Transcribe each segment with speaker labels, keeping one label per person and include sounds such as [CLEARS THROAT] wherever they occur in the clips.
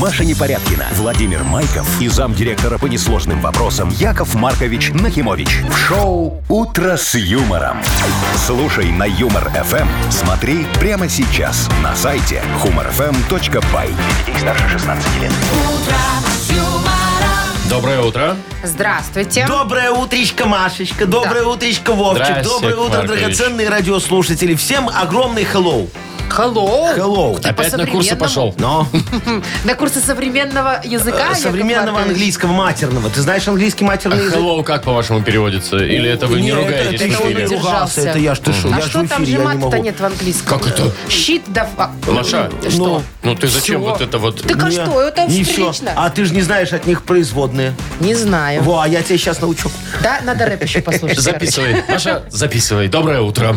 Speaker 1: Маша Непорядкина, Владимир Майков и замдиректора по несложным вопросам Яков Маркович Нахимович. В шоу «Утро с юмором». Слушай на «Юмор-ФМ». Смотри прямо сейчас на сайте humorfm.by. Для детей старше 16 лет.
Speaker 2: Доброе утро.
Speaker 3: Здравствуйте.
Speaker 4: Доброе утречко, Машечка. Доброе утречко, Вовчик.
Speaker 2: Здрасте,
Speaker 4: Доброе
Speaker 2: Яков
Speaker 4: утро,
Speaker 2: Маркович.
Speaker 4: драгоценные радиослушатели. Всем огромный hello.
Speaker 3: Hello.
Speaker 4: Hello.
Speaker 3: Ты
Speaker 2: Опять на курсы
Speaker 3: по-современному.
Speaker 2: пошел.
Speaker 4: Но
Speaker 3: На курсы современного языка. Яков
Speaker 4: Э, современного
Speaker 3: Маркович?
Speaker 4: английского матерного. Ты знаешь английский матерный язык?
Speaker 2: Hello, как по-вашему переводится? Или это вы не
Speaker 4: Нет,
Speaker 2: ругаетесь
Speaker 4: это
Speaker 2: в
Speaker 4: я не
Speaker 2: эфире?
Speaker 3: удержался.
Speaker 4: ругался, Это я ж ты шо,
Speaker 3: А
Speaker 4: я ж
Speaker 3: что
Speaker 4: в
Speaker 3: там
Speaker 4: эфире, я не
Speaker 3: мата-то
Speaker 4: могу.
Speaker 3: нет в английском?
Speaker 2: Как это?
Speaker 3: Щит да... а,
Speaker 2: Лоша,
Speaker 3: Что?
Speaker 2: ну ты зачем
Speaker 3: Всё.
Speaker 2: вот это вот...
Speaker 3: Так а
Speaker 4: Не,
Speaker 3: что? Это
Speaker 4: не
Speaker 3: ж
Speaker 4: всё.
Speaker 3: прилично.
Speaker 4: А ты же не знаешь от них производные.
Speaker 3: Не знаю.
Speaker 4: ну, Во, а я тебя сейчас научу.
Speaker 3: Да, надо рэп еще послушать. короче.
Speaker 4: [LAUGHS]
Speaker 2: Записывай. Маша, записывай. Доброе утро.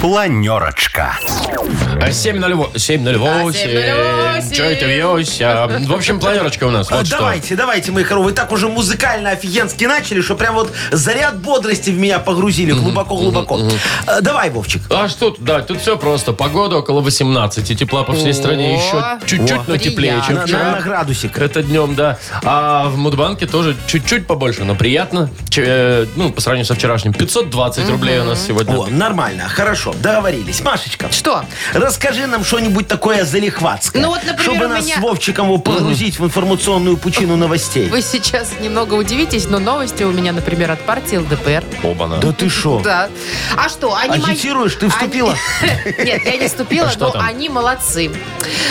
Speaker 1: Планерочка.
Speaker 2: А 7.08.
Speaker 3: А, 7:08.
Speaker 2: 7.08. Че это вьешься? В общем, планерочка у нас.
Speaker 4: Вот
Speaker 2: Вот А что.
Speaker 4: давайте, давайте, мои коровы. Так уже музыкально офигенски начали, что прям вот заряд бодрости в меня погрузили глубоко-глубоко. Э, Давай, Вовчик.
Speaker 2: А что тут? Да, тут все просто. Погода около 18. И тепла по всей стране еще чуть-чуть, но теплее, чем
Speaker 4: На, на-
Speaker 2: вчера.
Speaker 4: на градусик.
Speaker 2: Это днем, да. А в Мудбанке тоже чуть-чуть побольше, но приятно. Ч- э, ну, по сравнению со вчерашним. 520 рублей у нас сегодня.
Speaker 4: О, нормально, хорошо, договорились. Машечка.
Speaker 3: Что?
Speaker 4: Расскажи нам что-нибудь такое залихватское.
Speaker 3: Ну вот, например,
Speaker 4: чтобы
Speaker 3: у
Speaker 4: нас
Speaker 3: меня-
Speaker 4: с Вовчиком погрузить в информационную пучину новостей.
Speaker 3: Вы сейчас немного удивитесь, но новости у меня, например, от партии ЛДПР.
Speaker 2: Обана.
Speaker 4: Да ты шо?
Speaker 3: Да. А что, они... мои-
Speaker 4: Агитируешь? Ты вступила?
Speaker 3: Они- [LAUGHS] Нет, я не вступила,
Speaker 2: А что
Speaker 3: но
Speaker 2: там?
Speaker 3: они молодцы.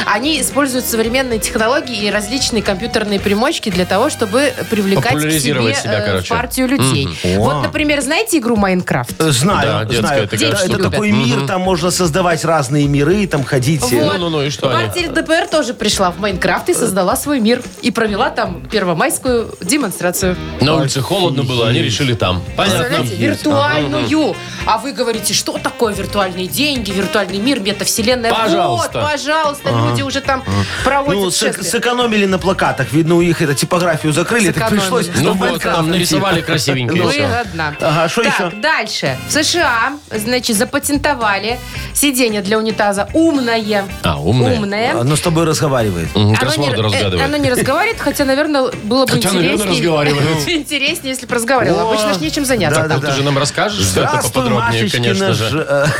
Speaker 3: Они используют современные технологии и различные компьютерные примочки для того, чтобы привлекать к себе
Speaker 2: Популяризировать себя,
Speaker 3: э,
Speaker 2: короче.
Speaker 3: партию людей. Вот, например, знаете игру Майнкрафт?
Speaker 4: Э, Знаю,
Speaker 2: Да, детская
Speaker 4: знаю.
Speaker 2: такая
Speaker 4: Да, это
Speaker 2: штука.
Speaker 4: такой мир, там можно создавать разные миры, там ходить. э,
Speaker 3: Вот.
Speaker 2: Ну-ну-ну, и что они?
Speaker 3: Партия ЛДПР тоже пришла в Майнкрафт и создала свой мир. И провела там первомайскую демонстрацию.
Speaker 2: На улице холодно было, они решили там. Понятно.
Speaker 3: Представляете, виртуальную. А вы говорите, что такое виртуальные деньги, виртуальный мир, метавселенная?
Speaker 2: Пожалуйста.
Speaker 3: Вот, пожалуйста, люди уже там проводят
Speaker 4: Ну, сэ-
Speaker 3: шествия.
Speaker 4: сэкономили на плакатах. Видно, у них это типографию закрыли, так
Speaker 3: Сэкономили.
Speaker 4: пришлось.
Speaker 2: Ну
Speaker 4: в
Speaker 2: вот,
Speaker 4: Майнкрафт
Speaker 2: там
Speaker 4: идти.
Speaker 2: нарисовали красивенькие.
Speaker 4: Ну,
Speaker 2: всё.
Speaker 3: Выгодно.
Speaker 2: а
Speaker 4: Ага, что
Speaker 3: так,
Speaker 4: еще?
Speaker 3: дальше. В США, значит, запатентовали сиденье для унитаза умное.
Speaker 2: А, ну, умное.
Speaker 4: э, Оно с тобой разговаривает.
Speaker 2: Мгм,
Speaker 3: Оно
Speaker 2: Кроссворды
Speaker 3: не, э,
Speaker 2: разгадывает.
Speaker 3: оно не разговаривает, хотя, наверное, было бы
Speaker 2: Хотя, наверное, разговаривает.
Speaker 3: интереснее. [LAUGHS] Интереснее, если бы разговаривало.
Speaker 4: О,
Speaker 3: Обычно ж нечем заняться.
Speaker 4: да,
Speaker 2: Ну, Ты же нам расскажешь что это
Speaker 4: Здравствуй,
Speaker 2: поподробнее,
Speaker 4: Машечкина
Speaker 2: конечно же.
Speaker 4: ж- э, [LAUGHS]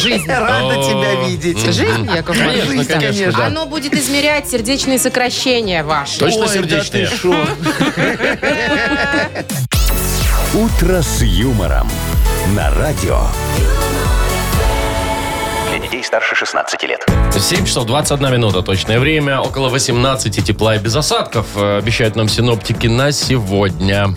Speaker 3: Жизнь.
Speaker 4: Рада
Speaker 2: О,
Speaker 4: тебя видеть.
Speaker 3: Жизнь, Яков
Speaker 2: Конечно,
Speaker 3: Маркович, да.
Speaker 2: конечно, да.
Speaker 3: Оно будет измерять сердечные сокращения ваши.
Speaker 2: Точно
Speaker 4: Ой, да
Speaker 2: сердечные?
Speaker 4: ты шо?
Speaker 1: «Утро с юмором» на радио.
Speaker 5: Для детей старше 16 лет.
Speaker 2: 7 часов 21 минута точное время. Около 18 тепла и без осадков э, обещают нам синоптики на сегодня.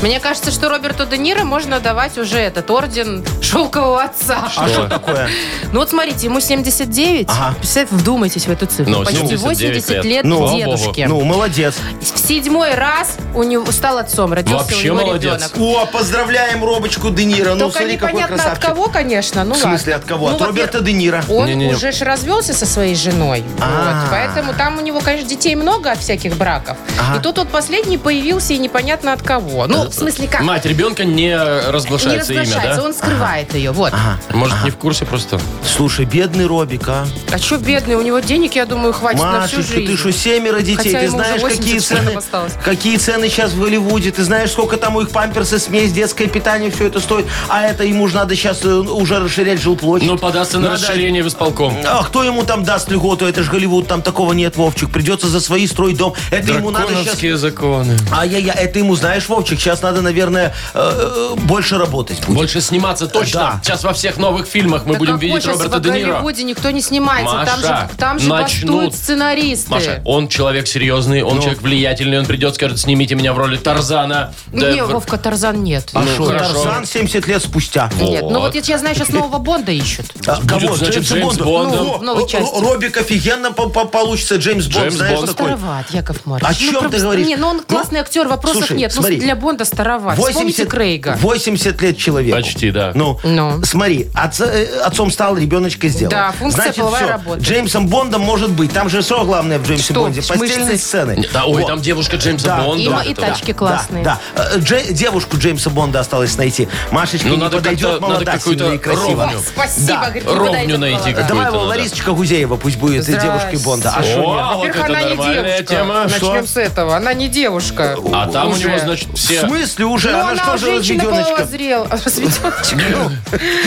Speaker 3: Мне кажется, что Роберту Де Ниро можно давать уже этот орден шелкового отца.
Speaker 4: А что такое?
Speaker 3: Ну вот смотрите, ему 79.
Speaker 4: Ага.
Speaker 3: Представляете, вдумайтесь в эту цифру.
Speaker 2: Ну,
Speaker 3: Почти
Speaker 2: 79
Speaker 3: 80 лет,
Speaker 2: лет.
Speaker 4: Ну,
Speaker 3: дедушке.
Speaker 4: Ну, молодец.
Speaker 3: В седьмой раз у него стал отцом, родился
Speaker 2: Вообще
Speaker 3: у него
Speaker 2: молодец.
Speaker 3: ребенок.
Speaker 4: О, поздравляем Робочку Де Ниро. Ну,
Speaker 3: Только
Speaker 4: смотри, какой
Speaker 3: непонятно от
Speaker 4: красавчик.
Speaker 3: кого, конечно. Ну,
Speaker 4: В смысле, от кого?
Speaker 3: ладно.
Speaker 4: От
Speaker 3: Ну,
Speaker 4: Роберта
Speaker 3: во-первых,
Speaker 4: Де Ниро.
Speaker 3: Он
Speaker 2: Не-не-не.
Speaker 3: уже ж развелся со своей женой.
Speaker 4: А.
Speaker 3: Вот, поэтому там у него, конечно, детей много от всяких браков.
Speaker 4: Ага. Э,
Speaker 3: И тут вот последний появился и непонятно от кого. Ну, в смысле, как?
Speaker 2: Мать ребенка не
Speaker 3: не
Speaker 2: разглашается имя,
Speaker 3: разглашается,
Speaker 2: да?
Speaker 3: он скрывает ее. Вот.
Speaker 2: Может, не в курсе просто?
Speaker 4: Слушай, бедный Робик, а?
Speaker 3: А что бедный, у него денег, я думаю, хватит на всю
Speaker 4: Машечка,
Speaker 3: жизнь.
Speaker 4: ты что, семеро детей,
Speaker 3: Хотя
Speaker 4: ты
Speaker 3: ему уже
Speaker 4: знаешь,
Speaker 3: 80
Speaker 4: какие
Speaker 3: что-то
Speaker 4: цены,
Speaker 3: осталось.
Speaker 4: какие цены сейчас в Голливуде, ты знаешь, сколько там у их памперсы, смесь, детское питание, все это стоит, а это ему же надо сейчас уже расширять жилплощадь.
Speaker 2: Ну, подастся на
Speaker 4: Надо-
Speaker 2: расширение в исполком.
Speaker 4: А кто ему там даст льготу? Это же Голливуд, там такого нет, Вовчик. Придется за свои строить дом. Это ему надо сейчас...
Speaker 2: Драконовские законы.
Speaker 4: Ай-яй-яй, это ему, знаешь, Вовчик, сейчас надо, наверное, э, э, больше работать будет.
Speaker 2: Больше сниматься точно.
Speaker 4: Да.
Speaker 2: Сейчас во всех новых фильмах мы
Speaker 3: Да
Speaker 2: будем
Speaker 3: какой
Speaker 2: видеть
Speaker 3: сейчас
Speaker 2: Роберта
Speaker 3: в
Speaker 2: Де Ниро.
Speaker 3: Голливуде никто не снимается. там
Speaker 2: Маша,
Speaker 3: же, там же
Speaker 2: начнут.
Speaker 3: бастуют сценаристы.
Speaker 2: Маша, он человек серьезный, он человек влиятельный, он придет, скажет, снимите меня в роли Тарзана. Да,
Speaker 3: Ну, не,
Speaker 2: в-
Speaker 3: Вовка, Тарзан нет.
Speaker 4: А
Speaker 2: ну,
Speaker 4: шо,
Speaker 2: хорошо.
Speaker 4: Тарзан 70 лет спустя.
Speaker 3: Нет, ну
Speaker 2: вот.
Speaker 3: вот я, я знаю, сейчас нового Бонда ищут.
Speaker 4: А,
Speaker 2: Будет, значит,
Speaker 4: Джеймса
Speaker 2: Джеймс
Speaker 4: Бонда.
Speaker 2: Бонда.
Speaker 4: Ну,
Speaker 3: В новой
Speaker 4: Ро-
Speaker 3: части.
Speaker 4: Робик офигенно по- по- получится. Джеймс Бонд,
Speaker 2: Джеймс
Speaker 4: знаешь,
Speaker 2: Бонд.
Speaker 4: такой.
Speaker 3: Староват, Яков Маркович.
Speaker 4: О
Speaker 3: Ну,
Speaker 4: чем ты
Speaker 3: просто-
Speaker 4: говоришь?
Speaker 3: Не, ну он классный актер, вопросов
Speaker 4: слушай,
Speaker 3: нет. Ну,
Speaker 4: смотри.
Speaker 3: для Бонда староват. Вспомните Крейга.
Speaker 4: 80 лет человеку.
Speaker 2: Почти, да.
Speaker 4: Ну,
Speaker 3: Ну.
Speaker 4: смотри, отца- э, отцом стал, ребеночка сделал.
Speaker 3: Да, функция
Speaker 4: Значит,
Speaker 3: половая
Speaker 4: всё,
Speaker 3: работа.
Speaker 4: Джеймсом Бондом может быть. Там же все главное в Джеймсе
Speaker 3: Что?
Speaker 4: Бонде.
Speaker 3: С
Speaker 4: Постельные
Speaker 3: мышцей?
Speaker 4: сцены.
Speaker 2: Да, ой,
Speaker 4: Вот.
Speaker 2: там девушка Джеймса
Speaker 4: Да,
Speaker 2: Бонда.
Speaker 3: и-
Speaker 2: вот
Speaker 3: и
Speaker 2: это вот.
Speaker 3: тачки классные.
Speaker 4: Да, да. Э, Джей- девушку Джеймса Бонда осталось найти. Машечка
Speaker 2: Ну,
Speaker 4: не
Speaker 2: надо
Speaker 4: подойдет,
Speaker 2: как-то- надо
Speaker 4: молода,
Speaker 2: какую-то
Speaker 4: сильная и красивая.
Speaker 2: ровню.
Speaker 3: Спасибо,
Speaker 4: Да.
Speaker 3: говорит, не
Speaker 2: Ровню
Speaker 3: подойдет
Speaker 2: найти
Speaker 3: баллада.
Speaker 2: какую-то.
Speaker 4: Давай
Speaker 2: Какой-то
Speaker 4: его
Speaker 2: надо.
Speaker 4: Ларисочка Гузеева пусть будет э, девушкой Бонда. А шо нет?
Speaker 2: О, вот
Speaker 3: Во-первых,
Speaker 2: это
Speaker 3: она не
Speaker 2: нормальная
Speaker 3: девушка.
Speaker 2: тема.
Speaker 3: Начнем с этого. Она не девушка.
Speaker 2: А там у
Speaker 3: Уже.
Speaker 2: него, значит,
Speaker 4: В
Speaker 2: все...
Speaker 4: смысле уже?
Speaker 3: Ну,
Speaker 4: она, что же
Speaker 3: женщина
Speaker 4: разведеночка?
Speaker 3: [LAUGHS] половозрела. Разведеночка. Ну,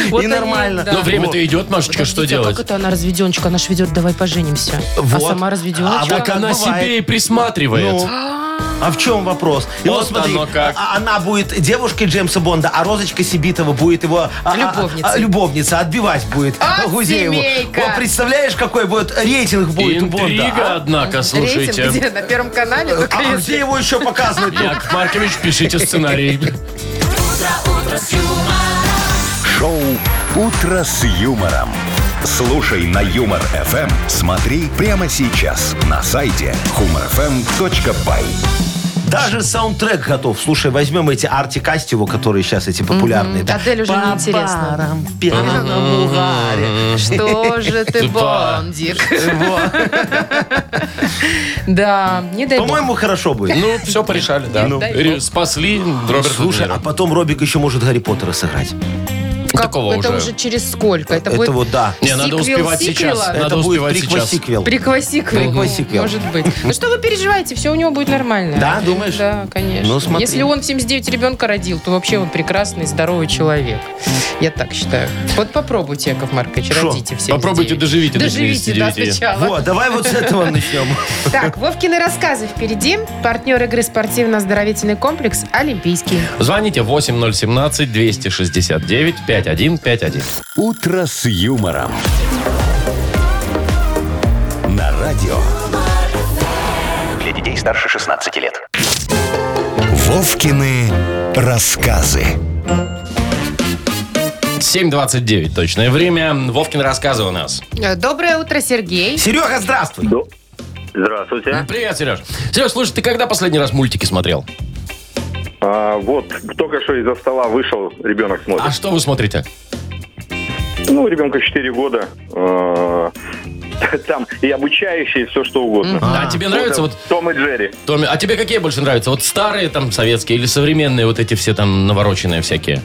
Speaker 3: Вот
Speaker 4: и
Speaker 3: они,
Speaker 4: нормально.
Speaker 3: да.
Speaker 2: Но время-то идет, Машечка, Ну, что
Speaker 3: Подождите, а
Speaker 2: делать?
Speaker 3: Как это она разведеночка? Она ж ведет «Давай поженимся». А
Speaker 4: Вот.
Speaker 3: сама разведеночка?
Speaker 4: А вот
Speaker 2: Так
Speaker 4: как
Speaker 2: она
Speaker 4: бывает.
Speaker 2: себе и присматривает.
Speaker 4: Ну, а в чем вопрос? И
Speaker 2: Вот
Speaker 4: вот смотри,
Speaker 2: оно как.
Speaker 4: а- она будет девушкой Джеймса Бонда, а Розочка Сибитова будет его... а- а-
Speaker 3: Любовница.
Speaker 4: а, любовница, отбивать будет
Speaker 3: А,
Speaker 4: Гузееву.
Speaker 3: семейка.
Speaker 4: Вот представляешь, какой будет рейтинг
Speaker 3: Ну,
Speaker 4: будет у Бонда?
Speaker 2: Интрига,
Speaker 4: а?
Speaker 2: однако,
Speaker 3: Рейтинг
Speaker 2: слушайте.
Speaker 3: где? На Первом канале? Только
Speaker 4: А
Speaker 3: если-
Speaker 4: где его еще показывают?
Speaker 2: Яков Маркович, пишите сценарий.
Speaker 1: Шоу «Утро с юмором». Слушай на Юмор ФМ. Смотри прямо сейчас на сайте humorfm.by.
Speaker 4: Даже саундтрек готов. Слушай, возьмем эти артикастиво, которые сейчас эти популярные. да.
Speaker 3: Адель уже
Speaker 4: По
Speaker 3: неинтересно.
Speaker 4: барам, пьяном угаре.
Speaker 3: Что же ты,
Speaker 4: Типа.
Speaker 2: Два.
Speaker 3: Бондик? [LAUGHS] Да, не дай бог.
Speaker 4: По-моему, хорошо будет.
Speaker 2: Ну, все порешали, да.
Speaker 4: Ну.
Speaker 2: Ре- Спасли Роберта
Speaker 4: Слушай,
Speaker 2: Де
Speaker 4: а
Speaker 2: Ниро.
Speaker 4: потом Робик еще может Гарри Поттера сыграть.
Speaker 3: Как-
Speaker 2: такого
Speaker 3: Это
Speaker 2: уже.
Speaker 3: уже через сколько? Это
Speaker 4: Это
Speaker 3: будет
Speaker 4: вот да.
Speaker 2: Не, надо
Speaker 3: сиквел
Speaker 2: успевать
Speaker 3: сиквела?
Speaker 2: сейчас.
Speaker 3: Это
Speaker 2: Надо
Speaker 4: Это будет
Speaker 2: успевать сейчас.
Speaker 4: приквел-сиквел.
Speaker 3: Приквосиквел.
Speaker 4: Приквосиквел.
Speaker 3: Может быть. Ну что вы переживаете? Все у него будет нормально.
Speaker 4: Да, думаешь?
Speaker 3: Да, конечно.
Speaker 4: Ну, смотри.
Speaker 3: Если он в 79 ребенка родил, то вообще он прекрасный, здоровый человек. Я так считаю. Вот попробуйте, Яков Маркович,
Speaker 4: Шо?
Speaker 3: родите все.
Speaker 2: Попробуйте, доживите до
Speaker 3: Доживите, да,
Speaker 2: 79.
Speaker 3: сначала.
Speaker 4: Вот, давай вот с этого начнем.
Speaker 3: [LAUGHS] Так, Вовкины рассказы впереди. Партнер игры спортивно-оздоровительный комплекс «Олимпийский».
Speaker 2: Звоните 8017-269-5151.
Speaker 1: «Утро с юмором». На радио
Speaker 5: Для детей старше 16 лет.
Speaker 1: «Вовкины рассказы».
Speaker 2: 7.29 точное время. Вовкин рассказы у нас.
Speaker 3: Э, Доброе утро, Сергей.
Speaker 4: Серега, здравствуй.
Speaker 6: Здравствуйте.
Speaker 2: Привет, Сереж. Сереж, слушай, ты когда последний раз мультики смотрел?
Speaker 6: А, вот, только что из-за стола вышел, ребенок
Speaker 2: А
Speaker 6: смотрит.
Speaker 2: что вы смотрите?
Speaker 6: Ну, ребенка 4 года. э, [LAUGHS] Там и обучающие, и все что угодно. э,
Speaker 2: А, тебе нравится вот
Speaker 6: Том и Джерри.
Speaker 2: Томми, а тебе какие больше нравятся? Вот старые там советские или современные вот эти все там навороченные всякие?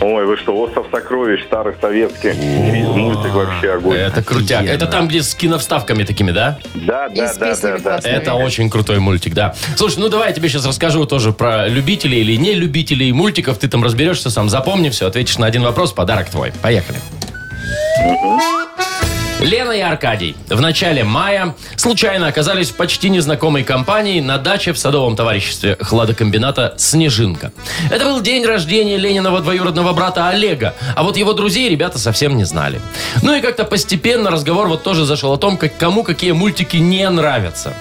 Speaker 6: Ой, вы что, остров сокровищ, старый советский. Мультик вообще огонь.
Speaker 2: Это крутяк. Это там, где с киновставками такими, да?
Speaker 6: Да,
Speaker 3: И
Speaker 6: да,
Speaker 3: с
Speaker 6: да,
Speaker 3: песнями
Speaker 6: да, да.
Speaker 3: классными.
Speaker 2: Это очень крутой мультик, да. Слушай, ну давай я тебе сейчас расскажу тоже про любителей или не любителей мультиков. Ты там разберешься сам, запомни все, ответишь на один вопрос, подарок твой. Поехали. Лена и Аркадий в начале мая случайно оказались в почти незнакомой компании на даче в садовом товариществе хладокомбината «Снежинка». Это был день рождения Лениного двоюродного брата Олега, а вот его друзей ребята совсем не знали. Ну и как-то постепенно разговор вот тоже зашел о том, как кому какие мультики не нравятся.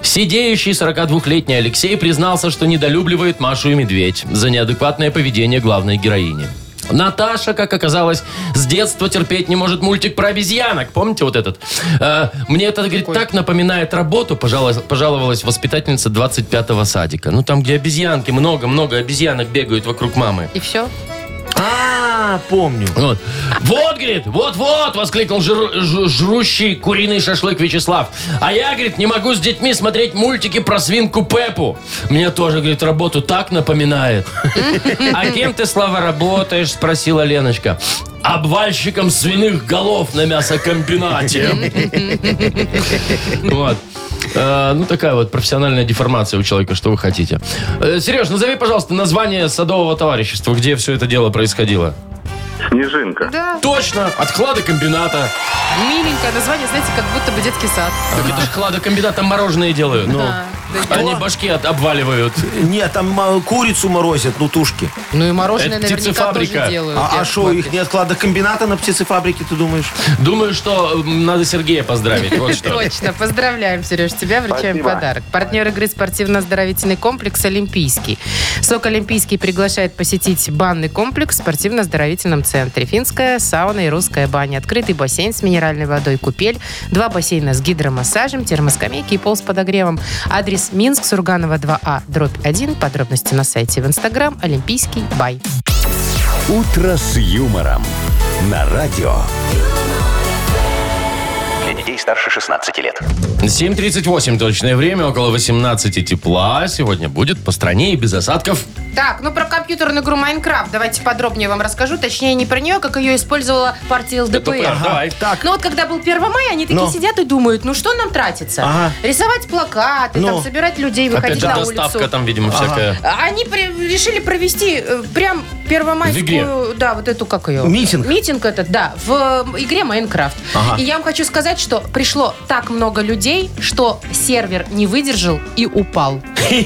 Speaker 2: Сидеющий 42-летний Алексей признался, что недолюбливает Машу и Медведь за неадекватное поведение главной героини. Наташа, как оказалось, с детства терпеть не может мультик про обезьянок. Помните вот этот? Э, Мне это, говорит, так напоминает работу, пожалуй- пожаловалась воспитательница 25-го садика. Ну, там, где обезьянки, много-много обезьянок бегают вокруг мамы.
Speaker 3: И все?
Speaker 4: А, помню.
Speaker 2: Вот, Вот, говорит, вот-вот, воскликнул жру- ж- жрущий куриный шашлык Вячеслав. А я, говорит, не могу с детьми смотреть мультики про свинку Пепу. Мне тоже, говорит, работу так напоминает. А кем ты, Слава, работаешь? Спросила Леночка. Обвальщиком свиных голов на мясокомбинате. Вот. Э, Ну, такая вот профессиональная деформация у человека, что вы хотите. Э, Сереж, назови, пожалуйста, название садового товарищества, где все это дело происходило.
Speaker 6: Снежинка.
Speaker 3: Да.
Speaker 2: Точно, от хладокомбината.
Speaker 3: Миленькое название, знаете, как будто бы детский сад.
Speaker 2: Так это же хладокомбинат, там мороженое делают.
Speaker 4: Ну,
Speaker 2: Они башки от- обваливают.
Speaker 4: Нет, там а, курицу морозят, ну тушки.
Speaker 3: Ну и мороженое
Speaker 2: Это
Speaker 3: наверняка
Speaker 2: птицефабрика.
Speaker 3: тоже делают.
Speaker 4: А
Speaker 3: Яков
Speaker 4: что,
Speaker 3: Маркович.
Speaker 4: их нет кладокомбината на птицефабрике, ты думаешь?
Speaker 2: Думаю, что м, надо Сергея поздравить. Вот что.
Speaker 3: Точно. Поздравляем, Сереж, тебя вручаем
Speaker 6: Спасибо.
Speaker 3: подарок. Партнер игры спортивно-оздоровительный комплекс «Олимпийский». СОК «Олимпийский» приглашает посетить банный комплекс в спортивно-оздоровительном центре. Финская сауна и русская баня. Открытый бассейн с минеральной водой, купель. Два бассейна с гидромассажем, термоскамейки и пол с подогревом. Адрес Минск, Сурганова 2А, дробь 1. Подробности на сайте в Инстаграм «Олимпийский бай».
Speaker 1: «Утро с юмором» на радио.
Speaker 5: Для детей старше 16 лет.
Speaker 2: 7.38 точное время, около 18 тепла. Сегодня будет по стране и без осадков.
Speaker 3: Так, ну про компьютерную игру Майнкрафт давайте подробнее вам расскажу. Точнее, не про нее, как ее использовала партия ЛДПР.
Speaker 2: ЛДПР, давай.
Speaker 4: Так.
Speaker 3: Ну вот когда был 1 мая, они такие
Speaker 4: Ну.
Speaker 3: сидят и думают, ну что нам тратиться?
Speaker 4: Ага.
Speaker 3: Рисовать плакаты,
Speaker 4: Ну.
Speaker 3: там собирать людей,
Speaker 2: Опять
Speaker 3: выходить
Speaker 2: же,
Speaker 3: на
Speaker 2: доставка
Speaker 3: улицу.
Speaker 2: там, видимо, всякая.
Speaker 3: А Они при- решили провести э, прям
Speaker 2: В игре.
Speaker 3: первомайскую, да, вот эту, как ее?
Speaker 4: Митинг.
Speaker 3: Митинг этот, да, в э, игре Майнкрафт.
Speaker 4: Ага.
Speaker 3: И я вам хочу сказать, что пришло так много людей, что сервер не выдержал и упал.
Speaker 4: [LAUGHS]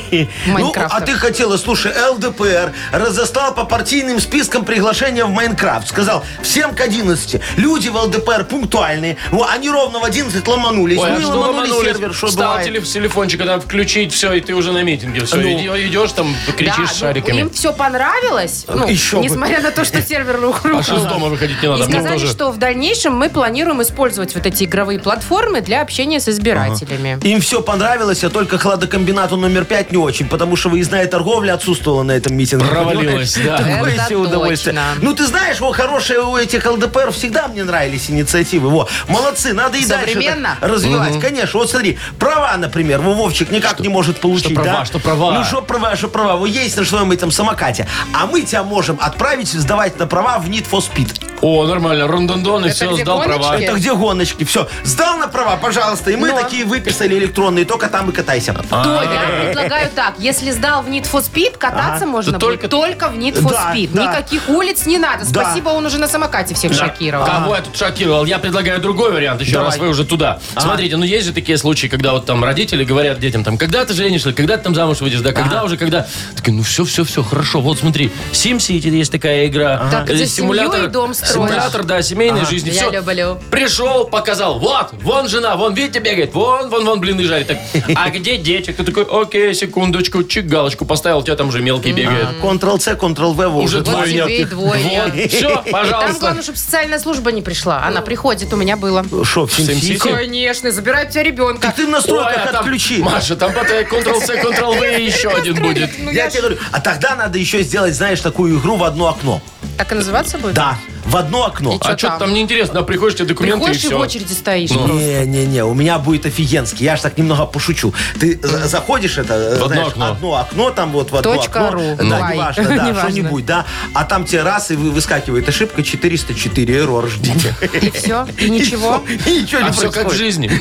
Speaker 4: Ну,
Speaker 3: Майнкрафта.
Speaker 4: а ты хотела, слушай, ЛДПР разослал по партийным спискам приглашения в Майнкрафт. Сказал, всем к 11. Люди в ЛДПР пунктуальные. Во, Они ровно в 11 ломанулись.
Speaker 2: Ой, а
Speaker 4: ну и
Speaker 2: что
Speaker 4: ломанули
Speaker 2: ломанулись?
Speaker 4: сервер, что
Speaker 2: Встал
Speaker 4: бывает.
Speaker 2: телеф- с телефончика, надо включить, все, и ты уже на митинге. Все,
Speaker 4: Ну.
Speaker 2: идешь там, кричишь
Speaker 3: Да, ну,
Speaker 2: шариками.
Speaker 3: им все понравилось, ну,
Speaker 4: Еще бы.
Speaker 3: несмотря на
Speaker 2: [LAUGHS]
Speaker 3: то, что сервер рухнул.
Speaker 2: А что из дома выходить не надо?
Speaker 3: И
Speaker 2: Мне
Speaker 3: сказали,
Speaker 2: тоже.
Speaker 3: что в дальнейшем мы планируем использовать вот эти игровые платформы для общения с избирателями.
Speaker 4: Им все понравилось, а только хладокомбинату номер 5 не очень, потому что выездная торговля отсутствовала на этом митинге.
Speaker 2: Провалилась, да.
Speaker 4: Такое
Speaker 3: Это
Speaker 4: себе Ну, удовольствие.
Speaker 3: точно.
Speaker 4: Ну, ты знаешь, во, хорошие у этих ЛДПР всегда мне нравились инициативы. Во, молодцы, надо и
Speaker 3: Современно?
Speaker 4: дальше так развивать. Конечно, вот смотри, права, например, во, Вовчик никак не может получить.
Speaker 2: что права,
Speaker 4: да?
Speaker 2: что права?
Speaker 4: Ну, что права, что права. Вы есть на своем этом самокате. А мы тебя можем отправить, сдавать на права в Need for Speed.
Speaker 2: О, нормально, рондондон, и
Speaker 3: Это
Speaker 2: все,
Speaker 3: где
Speaker 2: сдал
Speaker 3: гоночки?
Speaker 2: права.
Speaker 4: Это где гоночки. Все, сдал на права, пожалуйста. И мы
Speaker 3: Но.
Speaker 4: такие выписали электронные, только там и катайся.
Speaker 2: А,
Speaker 3: То я предлагаю так, если сдал в Need for Speed, кататься можно
Speaker 2: А, Да
Speaker 3: будет
Speaker 2: только-
Speaker 3: только... в Need for
Speaker 4: Да,
Speaker 3: Speed.
Speaker 4: да.
Speaker 3: Никаких улиц не надо.
Speaker 4: Да.
Speaker 3: Спасибо, он уже на самокате всех шокировал.
Speaker 2: Кого я тут шокировал? Я предлагаю другой вариант еще раз, вы уже туда. Смотрите, ну есть же такие случаи, когда вот там родители говорят детям, там, когда ты женишься, когда ты там замуж выйдешь, да, когда уже, когда... Такие, ну все, все, все, хорошо, вот смотри, SimCity есть такая игра.
Speaker 3: Так,
Speaker 2: Э,
Speaker 3: где семью и дом строишь.
Speaker 2: Симулятор, да, семейной жизни.
Speaker 3: Я
Speaker 2: Все.
Speaker 3: люблю.
Speaker 2: Пришел, показал, вот, вон жена, вон, видите, бегает, вон, вон, вон, блины жарит. Так, а где дети? Ты такой, окей, секундочку, чик, галочку поставил, у тебя там уже мелкие
Speaker 3: а,
Speaker 2: бегают.
Speaker 4: Ctrl-C, Ctrl-V. во,
Speaker 2: Уже
Speaker 4: два
Speaker 3: Вот
Speaker 2: двойня.
Speaker 4: мелких.
Speaker 3: тебе и двойня.
Speaker 2: Все,
Speaker 3: Там
Speaker 2: пожалуйста.
Speaker 3: главное, чтобы социальная служба не пришла. Она приходит, у меня было.
Speaker 4: Шо, в
Speaker 2: SimCity?
Speaker 4: SimCity?
Speaker 3: Конечно, забирают у тебя ребенка.
Speaker 4: Так ты в
Speaker 2: Ой, а
Speaker 4: настройках
Speaker 2: там-
Speaker 4: отключи.
Speaker 2: Маша, там потом Ctrl-C, Ctrl-V и еще один будет.
Speaker 3: Ну,
Speaker 4: Я
Speaker 3: я
Speaker 4: тебе говорю, а тогда надо еще сделать, знаешь, такую игру в одно окно.
Speaker 3: Так и называться будет?
Speaker 4: Да, в одно окно.
Speaker 3: И чё
Speaker 2: А что
Speaker 3: там?
Speaker 2: там неинтересно, приходишь, Ну. тебе документы и
Speaker 3: Приходишь и в
Speaker 2: все.
Speaker 3: очереди стоишь.
Speaker 4: Не-не-не, у меня будет офигенский. Я ж так немного пошучу. Ты за- заходишь, это, э,
Speaker 2: В одно
Speaker 4: знаешь,
Speaker 2: окно.
Speaker 4: одно окно, там вот в одно
Speaker 3: Точка
Speaker 4: окно.
Speaker 3: ру.
Speaker 4: Да,
Speaker 3: Ай. [LAUGHS]
Speaker 4: неважно, да,
Speaker 3: Неважно.
Speaker 4: что-нибудь, да. А там тебе раз, и вы- выскакивает ошибка 404, эррор, ждите.
Speaker 3: И все, и [LAUGHS] ничего.
Speaker 4: [LAUGHS] И всё, и ничего
Speaker 2: А
Speaker 4: не
Speaker 2: все как в
Speaker 3: [LAUGHS]
Speaker 4: происходит.
Speaker 2: жизни.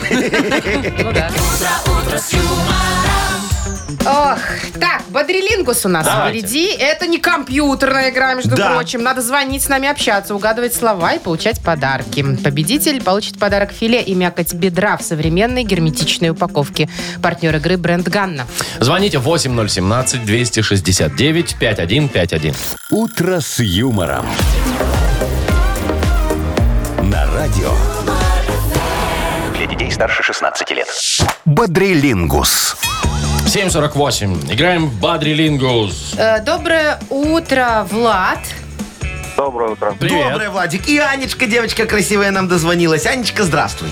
Speaker 3: Ну да. Ох, так, Бодрилингус у нас
Speaker 2: Давайте.
Speaker 3: впереди. Это не компьютерная игра, между
Speaker 4: Да.
Speaker 3: прочим. Надо звонить с нами, общаться, угадывать слова и получать подарки. Победитель получит подарок филе и мякоть бедра в современной герметичной упаковке. Партнер игры бренд Ганна.
Speaker 2: Звоните 8017-269-5151.
Speaker 1: «Утро с юмором» на радио.
Speaker 5: Для детей старше 16 лет.
Speaker 1: «Бодрилингус».
Speaker 2: 748. Играем в Бадрилингус.
Speaker 3: Э, доброе утро, Влад.
Speaker 6: Доброе утро.
Speaker 2: Привет.
Speaker 4: Доброе, Владик. И Анечка, девочка красивая, нам дозвонилась. Анечка, здравствуй.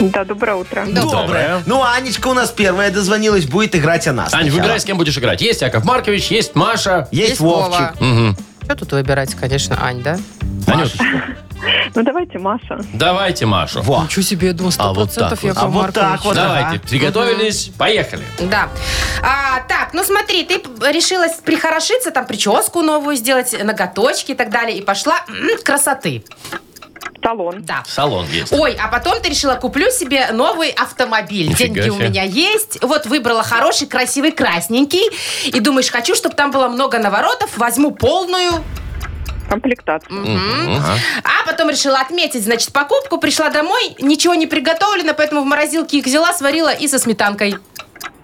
Speaker 7: Да, доброе утро.
Speaker 2: Доброе.
Speaker 4: Ну, Анечка у нас первая дозвонилась, будет играть она.
Speaker 2: Ань,
Speaker 4: сначала.
Speaker 2: выбирай, с кем будешь играть. Есть Яков Маркович, есть Маша.
Speaker 4: Есть Вовчик.
Speaker 2: Ну,
Speaker 3: Что тут выбирать, конечно, Ань, да?
Speaker 2: Анют,
Speaker 7: Ну давайте, Маша.
Speaker 2: давайте Машу.
Speaker 4: Во.
Speaker 3: Ничего себе, я думала,
Speaker 2: А вот так
Speaker 3: 100%
Speaker 2: вот.
Speaker 3: Яков
Speaker 4: А вот
Speaker 3: Маркович.
Speaker 4: так вот.
Speaker 2: Давайте,
Speaker 4: Ага.
Speaker 2: приготовились, поехали.
Speaker 3: Да. А, так, ну смотри, ты п- решила с- прихорошиться, там прическу новую сделать, ноготочки и так далее, и пошла м, красоты.
Speaker 7: Талон.
Speaker 3: Да.
Speaker 2: Салон есть.
Speaker 3: Ой, а потом ты решила, куплю себе новый автомобиль.
Speaker 2: Нифига
Speaker 3: Деньги у
Speaker 2: себе.
Speaker 3: меня есть. Вот выбрала хороший, красивый, красненький. И думаешь, хочу, чтобы там было много наворотов, возьму полную.
Speaker 7: Комплектация.
Speaker 3: А потом решила отметить, значит, покупку. Пришла домой, ничего не приготовлено, поэтому в морозилке их взяла, сварила и со сметанкой.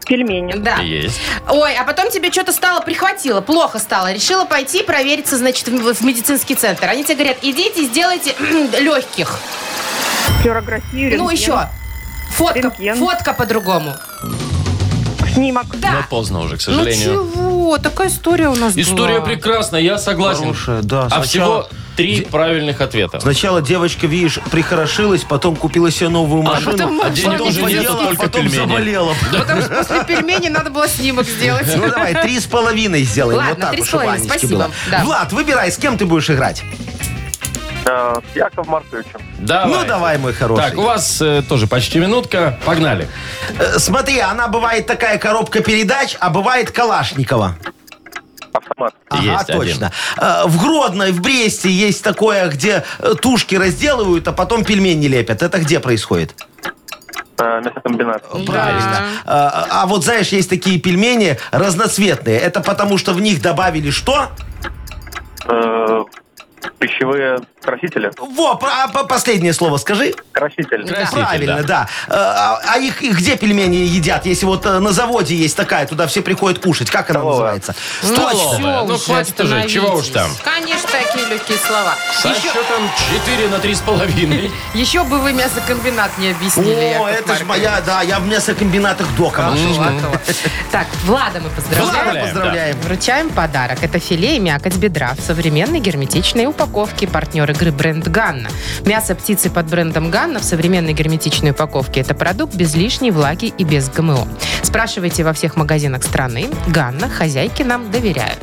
Speaker 7: Пельмени.
Speaker 3: Да.
Speaker 2: Есть.
Speaker 3: Ой, а потом тебе что-то стало, прихватило, плохо стало. Решила пойти провериться, значит, в, в медицинский центр. Они тебе говорят, идите, сделайте [CLEARS THROAT] легких.
Speaker 7: Флюорографию.
Speaker 3: Ну
Speaker 7: рентген,
Speaker 3: еще. Фотка,
Speaker 7: Рентген.
Speaker 3: фотка по-другому.
Speaker 7: Снимок.
Speaker 2: Но
Speaker 3: Да.
Speaker 2: поздно уже, к сожалению.
Speaker 3: Ну чего? Такая история у нас
Speaker 2: История
Speaker 3: была.
Speaker 2: прекрасная, я согласен.
Speaker 4: Хорошая, да.
Speaker 2: А
Speaker 4: Сначала-
Speaker 2: всего три правильных ответа.
Speaker 4: Сначала девочка, видишь, прихорошилась, потом купила себе новую машину,
Speaker 3: потом
Speaker 2: а денег уже нету,
Speaker 4: поела,
Speaker 2: только
Speaker 4: потом
Speaker 2: пельмени. [LAUGHS]
Speaker 4: заболела.
Speaker 3: Потому что после пельменей надо было снимок сделать.
Speaker 4: Ну давай, три с половиной сделаем.
Speaker 3: Ладно,
Speaker 4: вот так
Speaker 3: три с
Speaker 4: уж, чтобы
Speaker 3: половиной,
Speaker 4: Анечке
Speaker 3: спасибо.
Speaker 4: было.
Speaker 3: Да.
Speaker 4: Влад, выбирай, с кем ты будешь играть.
Speaker 6: С А, Яков Марковичем.
Speaker 2: Давай.
Speaker 4: Ну давай, мой хороший.
Speaker 2: Так, у вас э, тоже почти минутка. Погнали.
Speaker 4: Э, Смотри, она бывает такая коробка передач, а бывает Калашникова.
Speaker 6: Автомат.
Speaker 4: Ага,
Speaker 2: Есть один.
Speaker 4: точно. Э, В Гродно, в Бресте есть такое, где э, тушки разделывают, а потом пельмени лепят. Это где происходит?
Speaker 6: э, Мясокомбинат.
Speaker 4: Правильно. Э, А вот знаешь, есть такие пельмени разноцветные. Это потому, что в них добавили что?
Speaker 6: Э, Пищевые красители.
Speaker 4: Во, про- а по- последнее слово скажи.
Speaker 6: Краситель.
Speaker 2: Краситель,
Speaker 4: Правильно,
Speaker 2: да.
Speaker 4: да. Э, А, а их, их где пельмени едят? Если вот э, на заводе есть такая, туда все приходят кушать. Как она
Speaker 6: Столовая.
Speaker 4: называется?
Speaker 3: Ну,
Speaker 2: Точно.
Speaker 3: всё
Speaker 2: Ну,
Speaker 3: уже,
Speaker 2: хватит уже, чего уж там.
Speaker 3: остановитесь. Конечно, такие легкие слова.
Speaker 2: Со счетом 4 на 3,5.
Speaker 3: Еще бы вы мясокомбинат не объяснили, Яков
Speaker 4: О, это ж
Speaker 3: Маркович.
Speaker 4: моя, да, я в мясокомбинатах доком.
Speaker 3: Хорошо, Якова. Так, Влада мы поздравляем.
Speaker 2: Поздравляем,
Speaker 4: Поздравляем.
Speaker 3: Вручаем подарок. Это филе и мякоть бедра в современной герметичной упаковке. Партнер игры бренд Ганна. Мясо птицы под брендом Ганна в современной герметичной упаковке. Это продукт без лишней влаги и без ГМО. Спрашивайте во всех магазинах страны. Ганна, хозяйки нам доверяют.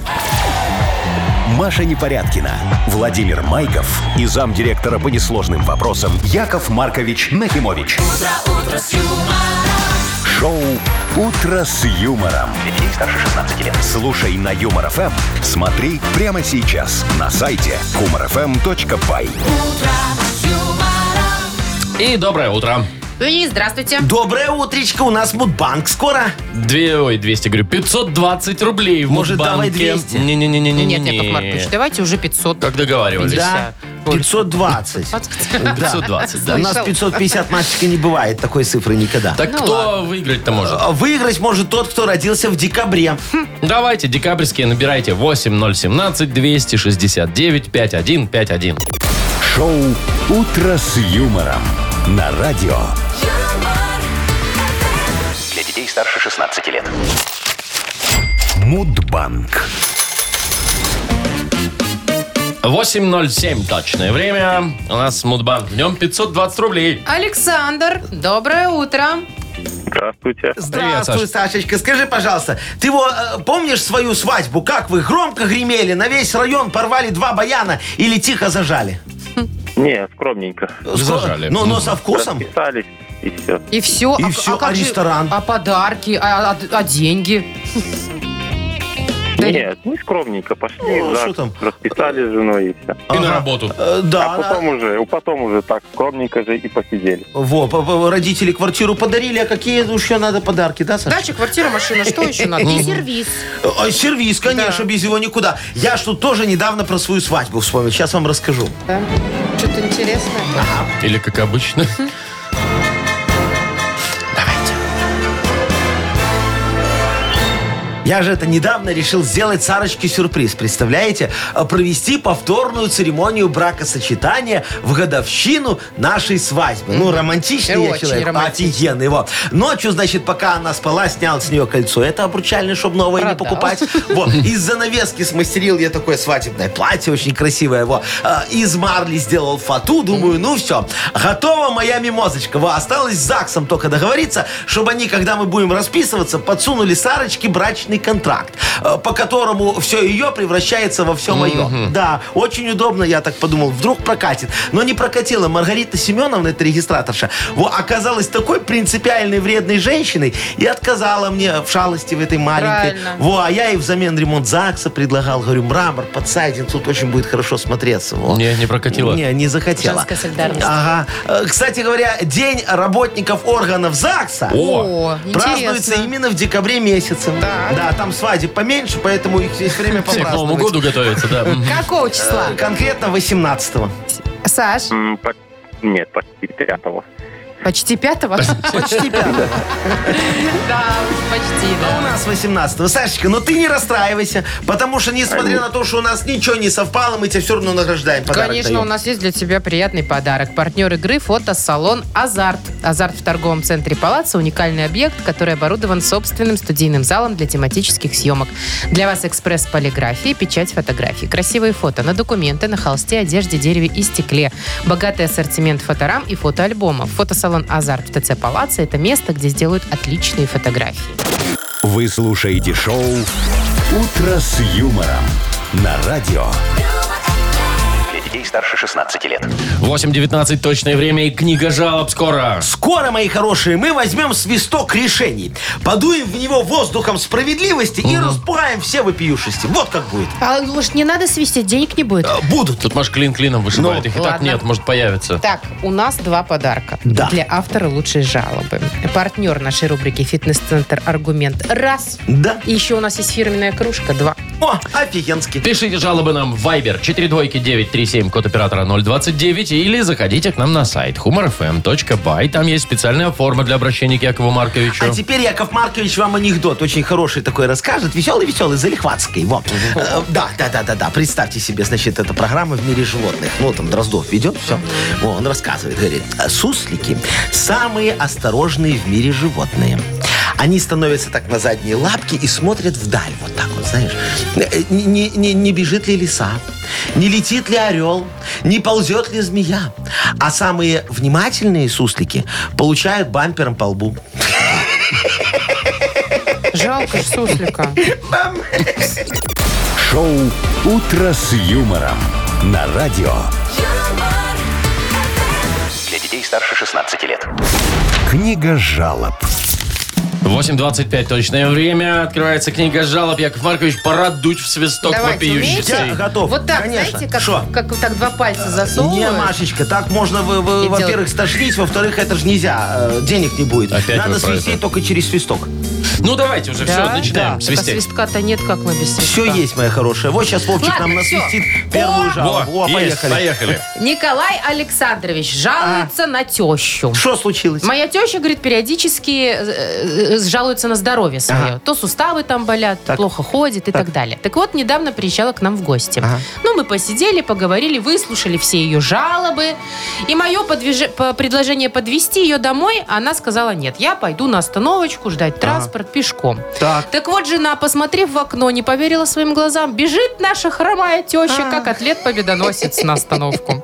Speaker 1: Маша Непорядкина, Владимир Майков и замдиректора по несложным вопросам Яков Маркович Нахимович. Шоу Утро с юмором. Детей старше 16 лет. Слушай на юмор ФМ. Смотри прямо сейчас на сайте humorfm.by.
Speaker 2: И доброе утро.
Speaker 3: И Ну, здравствуйте.
Speaker 4: Доброе утречко, у нас Мудбанк скоро.
Speaker 2: Две, ой, 200, говорю, 520 рублей в
Speaker 4: Может, давай
Speaker 2: Мудбанке.
Speaker 4: 200?
Speaker 2: Не-не-не-не-не.
Speaker 3: Нет, Яков Маркович, давайте уже 500.
Speaker 2: Как договаривались.
Speaker 4: Да, 520.
Speaker 2: 520, да.
Speaker 4: У нас 550, Машечка, не бывает такой цифры никогда.
Speaker 2: Так
Speaker 3: Ну
Speaker 2: кто выиграть-то может?
Speaker 4: А Выиграть может тот, кто родился в декабре.
Speaker 2: Давайте, декабрьские, набирайте 8017-269-5151.
Speaker 1: Шоу Утро с юмором на радио.
Speaker 5: Для детей старше 16 лет.
Speaker 1: Мудбанк.
Speaker 2: 8.07 точное время. У нас Мудбанк. В нем 520 рублей.
Speaker 3: Александр, доброе утро.
Speaker 6: Здравствуйте.
Speaker 4: Здравствуй,
Speaker 2: Привет,
Speaker 4: Сашечка. Скажи, пожалуйста, ты его, э, помнишь свою свадьбу? Как вы громко гремели, на весь район порвали два баяна или тихо зажали?
Speaker 6: Не, скромненько.
Speaker 2: Зажали.
Speaker 4: Но, но со вкусом?
Speaker 6: Расписались и все.
Speaker 3: И все.
Speaker 4: И всё, а
Speaker 3: же-
Speaker 4: ресторан?
Speaker 3: а подарки, а, а- а деньги? Да
Speaker 6: Нет, мы скромненько пошли,
Speaker 4: Ну,
Speaker 6: в
Speaker 4: что
Speaker 6: ЗАГС,
Speaker 4: там?
Speaker 6: расписались с женой и все.
Speaker 2: И на
Speaker 4: Ага.
Speaker 2: работу.
Speaker 4: Э, да,
Speaker 6: А
Speaker 4: она-
Speaker 6: потом уже, у- потом уже так скромненько же и посидели.
Speaker 4: Во, по- по- родители квартиру подарили, а какие еще надо подарки, да, Саша?
Speaker 3: Дача, квартира, машина, что еще надо? И сервис.
Speaker 4: Э, Сервис, конечно, без его никуда. Я что тоже недавно про свою свадьбу вспомнил. Сейчас вам расскажу.
Speaker 3: Что-то интересное.
Speaker 2: Или как обычно.
Speaker 4: Я же это недавно решил сделать Сарочке сюрприз, представляете? А, Провести повторную церемонию бракосочетания в годовщину нашей свадьбы. Ну, романтичный я
Speaker 3: Очень
Speaker 4: человек,
Speaker 3: романтичный.
Speaker 4: офигенный его. Ночью, значит, пока она спала, снял с нее кольцо. Это обручальное, чтобы новое не
Speaker 3: Продал.
Speaker 4: покупать. Вот. Из занавески смастерил я такое свадебное платье, очень красивое его. Из марли сделал фату, думаю, ну все. Готова моя мимозочка. Во, осталось с ЗАГСом только договориться, чтобы они, когда мы будем расписываться, подсунули Сарочке брачный контракт, э, по которому все ее превращается во все мое. Да, очень удобно, я так подумал, вдруг прокатит. Но не прокатила. Маргарита Семеновна, это регистраторша, во, оказалась такой принципиальной вредной женщиной и отказала мне в шалости в этой маленькой.
Speaker 3: Правильно.
Speaker 4: Во, а я и взамен ремонт ЗАГСа предлагал. Говорю, мрамор, подсаден, тут очень будет хорошо смотреться. Во.
Speaker 2: Не, не прокатило.
Speaker 4: Не, не захотела.
Speaker 3: Женская солидарность.
Speaker 4: Ага. Э, Кстати говоря, День работников органов ЗАГСа
Speaker 2: О,
Speaker 3: О,
Speaker 4: празднуется
Speaker 3: интересно.
Speaker 4: именно в декабре месяце. Да. там свадеб поменьше, поэтому их есть время А,
Speaker 2: Все к
Speaker 4: попраздновать.
Speaker 2: Новому году готовятся, да.
Speaker 3: [LAUGHS]
Speaker 2: Мгм.
Speaker 3: Какого числа?
Speaker 4: Конкретно 18
Speaker 3: Саш,
Speaker 6: М, по- Нет, почти пятого.
Speaker 3: Почти пятого?
Speaker 4: Почти пятого.
Speaker 3: [LAUGHS] Да, уж почти,
Speaker 4: А у
Speaker 3: да.
Speaker 4: нас 18-го. Сашечка, но ты не расстраивайся, потому что, несмотря на то, что у нас ничего не совпало, мы тебя все равно награждаем. Подарок
Speaker 3: Конечно,
Speaker 4: даем.
Speaker 3: у нас есть для тебя приятный подарок. Партнер игры фотосалон «Азарт». «Азарт» в торговом центре «Палаца» – уникальный объект, который оборудован собственным студийным залом для тематических съемок. Для вас экспресс полиграфии, печать фотографий, красивые фото на документы, на холсте, одежде, дереве и стекле, богатый ассортимент фоторам и фотоальбомов. Фотосалон «Азарт» в ТЦ «Палаца» – это место, где сделают отличные фотографии.
Speaker 1: Вы слушаете шоу «Утро с юмором» на радио.
Speaker 5: Для детей старше 16 лет.
Speaker 2: 8.19 точное время и книга жалоб скоро.
Speaker 4: Скоро, мои хорошие, мы возьмем свисток решений, подуем в него воздухом справедливости и распугаем все вопиюшести. Вот как будет.
Speaker 3: А может, не надо свистеть, денег не будет?
Speaker 4: Э, Будут.
Speaker 2: Тут, Маш, клин клином вышибает.
Speaker 4: Ну,
Speaker 2: Их и так
Speaker 3: ладно.
Speaker 2: нет, может, появится.
Speaker 3: Так, у нас два подарка
Speaker 4: Да.
Speaker 3: для автора лучшей жалобы. Партнер нашей рубрики «Фитнес-центр Аргумент» – раз.
Speaker 4: Да.
Speaker 3: И еще у нас есть фирменная кружка – два.
Speaker 4: О, офигенски.
Speaker 2: Пишите жалобы нам в Viber 42937, код оператора 029, или заходите к нам на сайт humorfm.by. Там есть специальная форма для обращения к Якову Марковичу.
Speaker 4: А теперь Яков Маркович вам анекдот очень хороший такой расскажет. Веселый-веселый, залихватский. Вот. Э, Да, да, да, да, да. Представьте себе, значит, эта программа в мире животных. Ну, там Дроздов ведет, все. Он рассказывает, говорит, «А суслики самые осторожные в мире животные. Они становятся так на задние лапки и смотрят вдаль, вот так вот, знаешь. Э, Не, не- не- не бежит ли лиса, не летит ли орел, не ползет ли змея. А самые внимательные суслики получают бампером по лбу.
Speaker 3: Жалко ж суслика.
Speaker 1: Шоу «Утро с юмором» на радио.
Speaker 8: юмор,
Speaker 5: Для детей старше 16 лет.
Speaker 1: Книга жалоб.
Speaker 2: 8.25 точное время. Открывается книга жалоб. Яков Маркович, пора дуть в свисток
Speaker 3: Давайте,
Speaker 2: вопиющий.
Speaker 3: умеете?
Speaker 4: Я готов.
Speaker 3: Вот так,
Speaker 4: Конечно.
Speaker 3: знаете, как,
Speaker 4: Шо?
Speaker 3: как вот так два пальца засовывают.
Speaker 4: Не, Машечка, так можно, во- во-
Speaker 3: И делать.
Speaker 4: во-первых, стошнить, во-вторых, это же нельзя, э, денег не будет.
Speaker 2: Опять вы
Speaker 4: Надо
Speaker 2: про
Speaker 4: свистеть
Speaker 2: это.
Speaker 4: только через свисток.
Speaker 2: Ну, давайте уже,
Speaker 3: Да?
Speaker 2: все, начинаем
Speaker 3: Да. Так, а
Speaker 2: свистеть.
Speaker 3: свистка-то нет, как мы без свистка.
Speaker 4: Все есть, моя хорошая. Вот сейчас Вовчик
Speaker 3: Ладно,
Speaker 4: нам
Speaker 3: всё.
Speaker 4: насвистит первую жалобу. О,
Speaker 2: Во, есть,
Speaker 4: поехали.
Speaker 2: поехали.
Speaker 3: Николай Александрович жалуется
Speaker 4: А.
Speaker 3: на тещу.
Speaker 4: Что случилось?
Speaker 3: Моя теща, говорит, периодически э, э, жалуется на здоровье свое.
Speaker 4: Ага.
Speaker 3: То суставы там болят, то
Speaker 4: Так.
Speaker 3: плохо ходит и так. далее. Так вот, недавно приезжала к нам в гости.
Speaker 4: Ага.
Speaker 3: Ну, мы посидели, поговорили, выслушали все ее жалобы. И мое подвиж- по- предложение подвести ее домой, она сказала, нет, я пойду на остановочку ждать транспорт пешком.
Speaker 4: Так.
Speaker 3: Так вот, жена, посмотрев в окно, не поверила своим глазам. Бежит наша хромая теща, как атлет победоносец на
Speaker 4: [LAUGHS]
Speaker 3: остановку.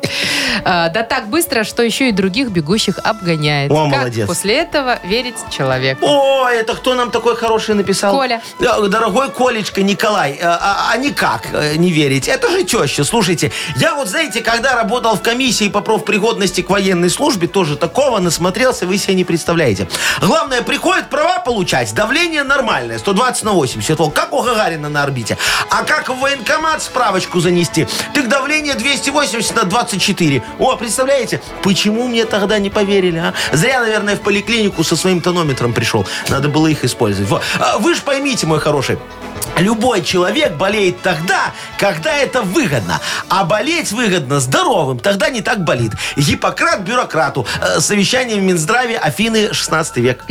Speaker 3: А, Да так быстро, что еще и других бегущих обгоняет.
Speaker 4: О,
Speaker 3: Как
Speaker 4: молодец.
Speaker 3: после этого верить человеку?
Speaker 4: О, это кто нам такой хороший написал?
Speaker 3: Коля.
Speaker 4: Э, Дорогой Колечка Николай, э, а, а никак э, не верить. Это же теща, слушайте. Я вот, знаете, когда работал в комиссии по профпригодности к военной службе, тоже такого насмотрелся, вы себе не представляете. Главное, приходит права получать, давление нормальное, 120 на 80, вот как у Гагарина на орбите. А как в военкомат справочку занести, так давление 280 на 24. О, представляете, почему мне тогда не поверили, а? Зря, наверное, в поликлинику со своим тонометром пришел. Надо было их использовать. Во. А Вы же поймите, мой хороший, Любой человек болеет тогда, когда это выгодно. А болеть выгодно здоровым, тогда не так болит. Гиппократ бюрократу. Э, Совещание в Минздраве Афины 16 век.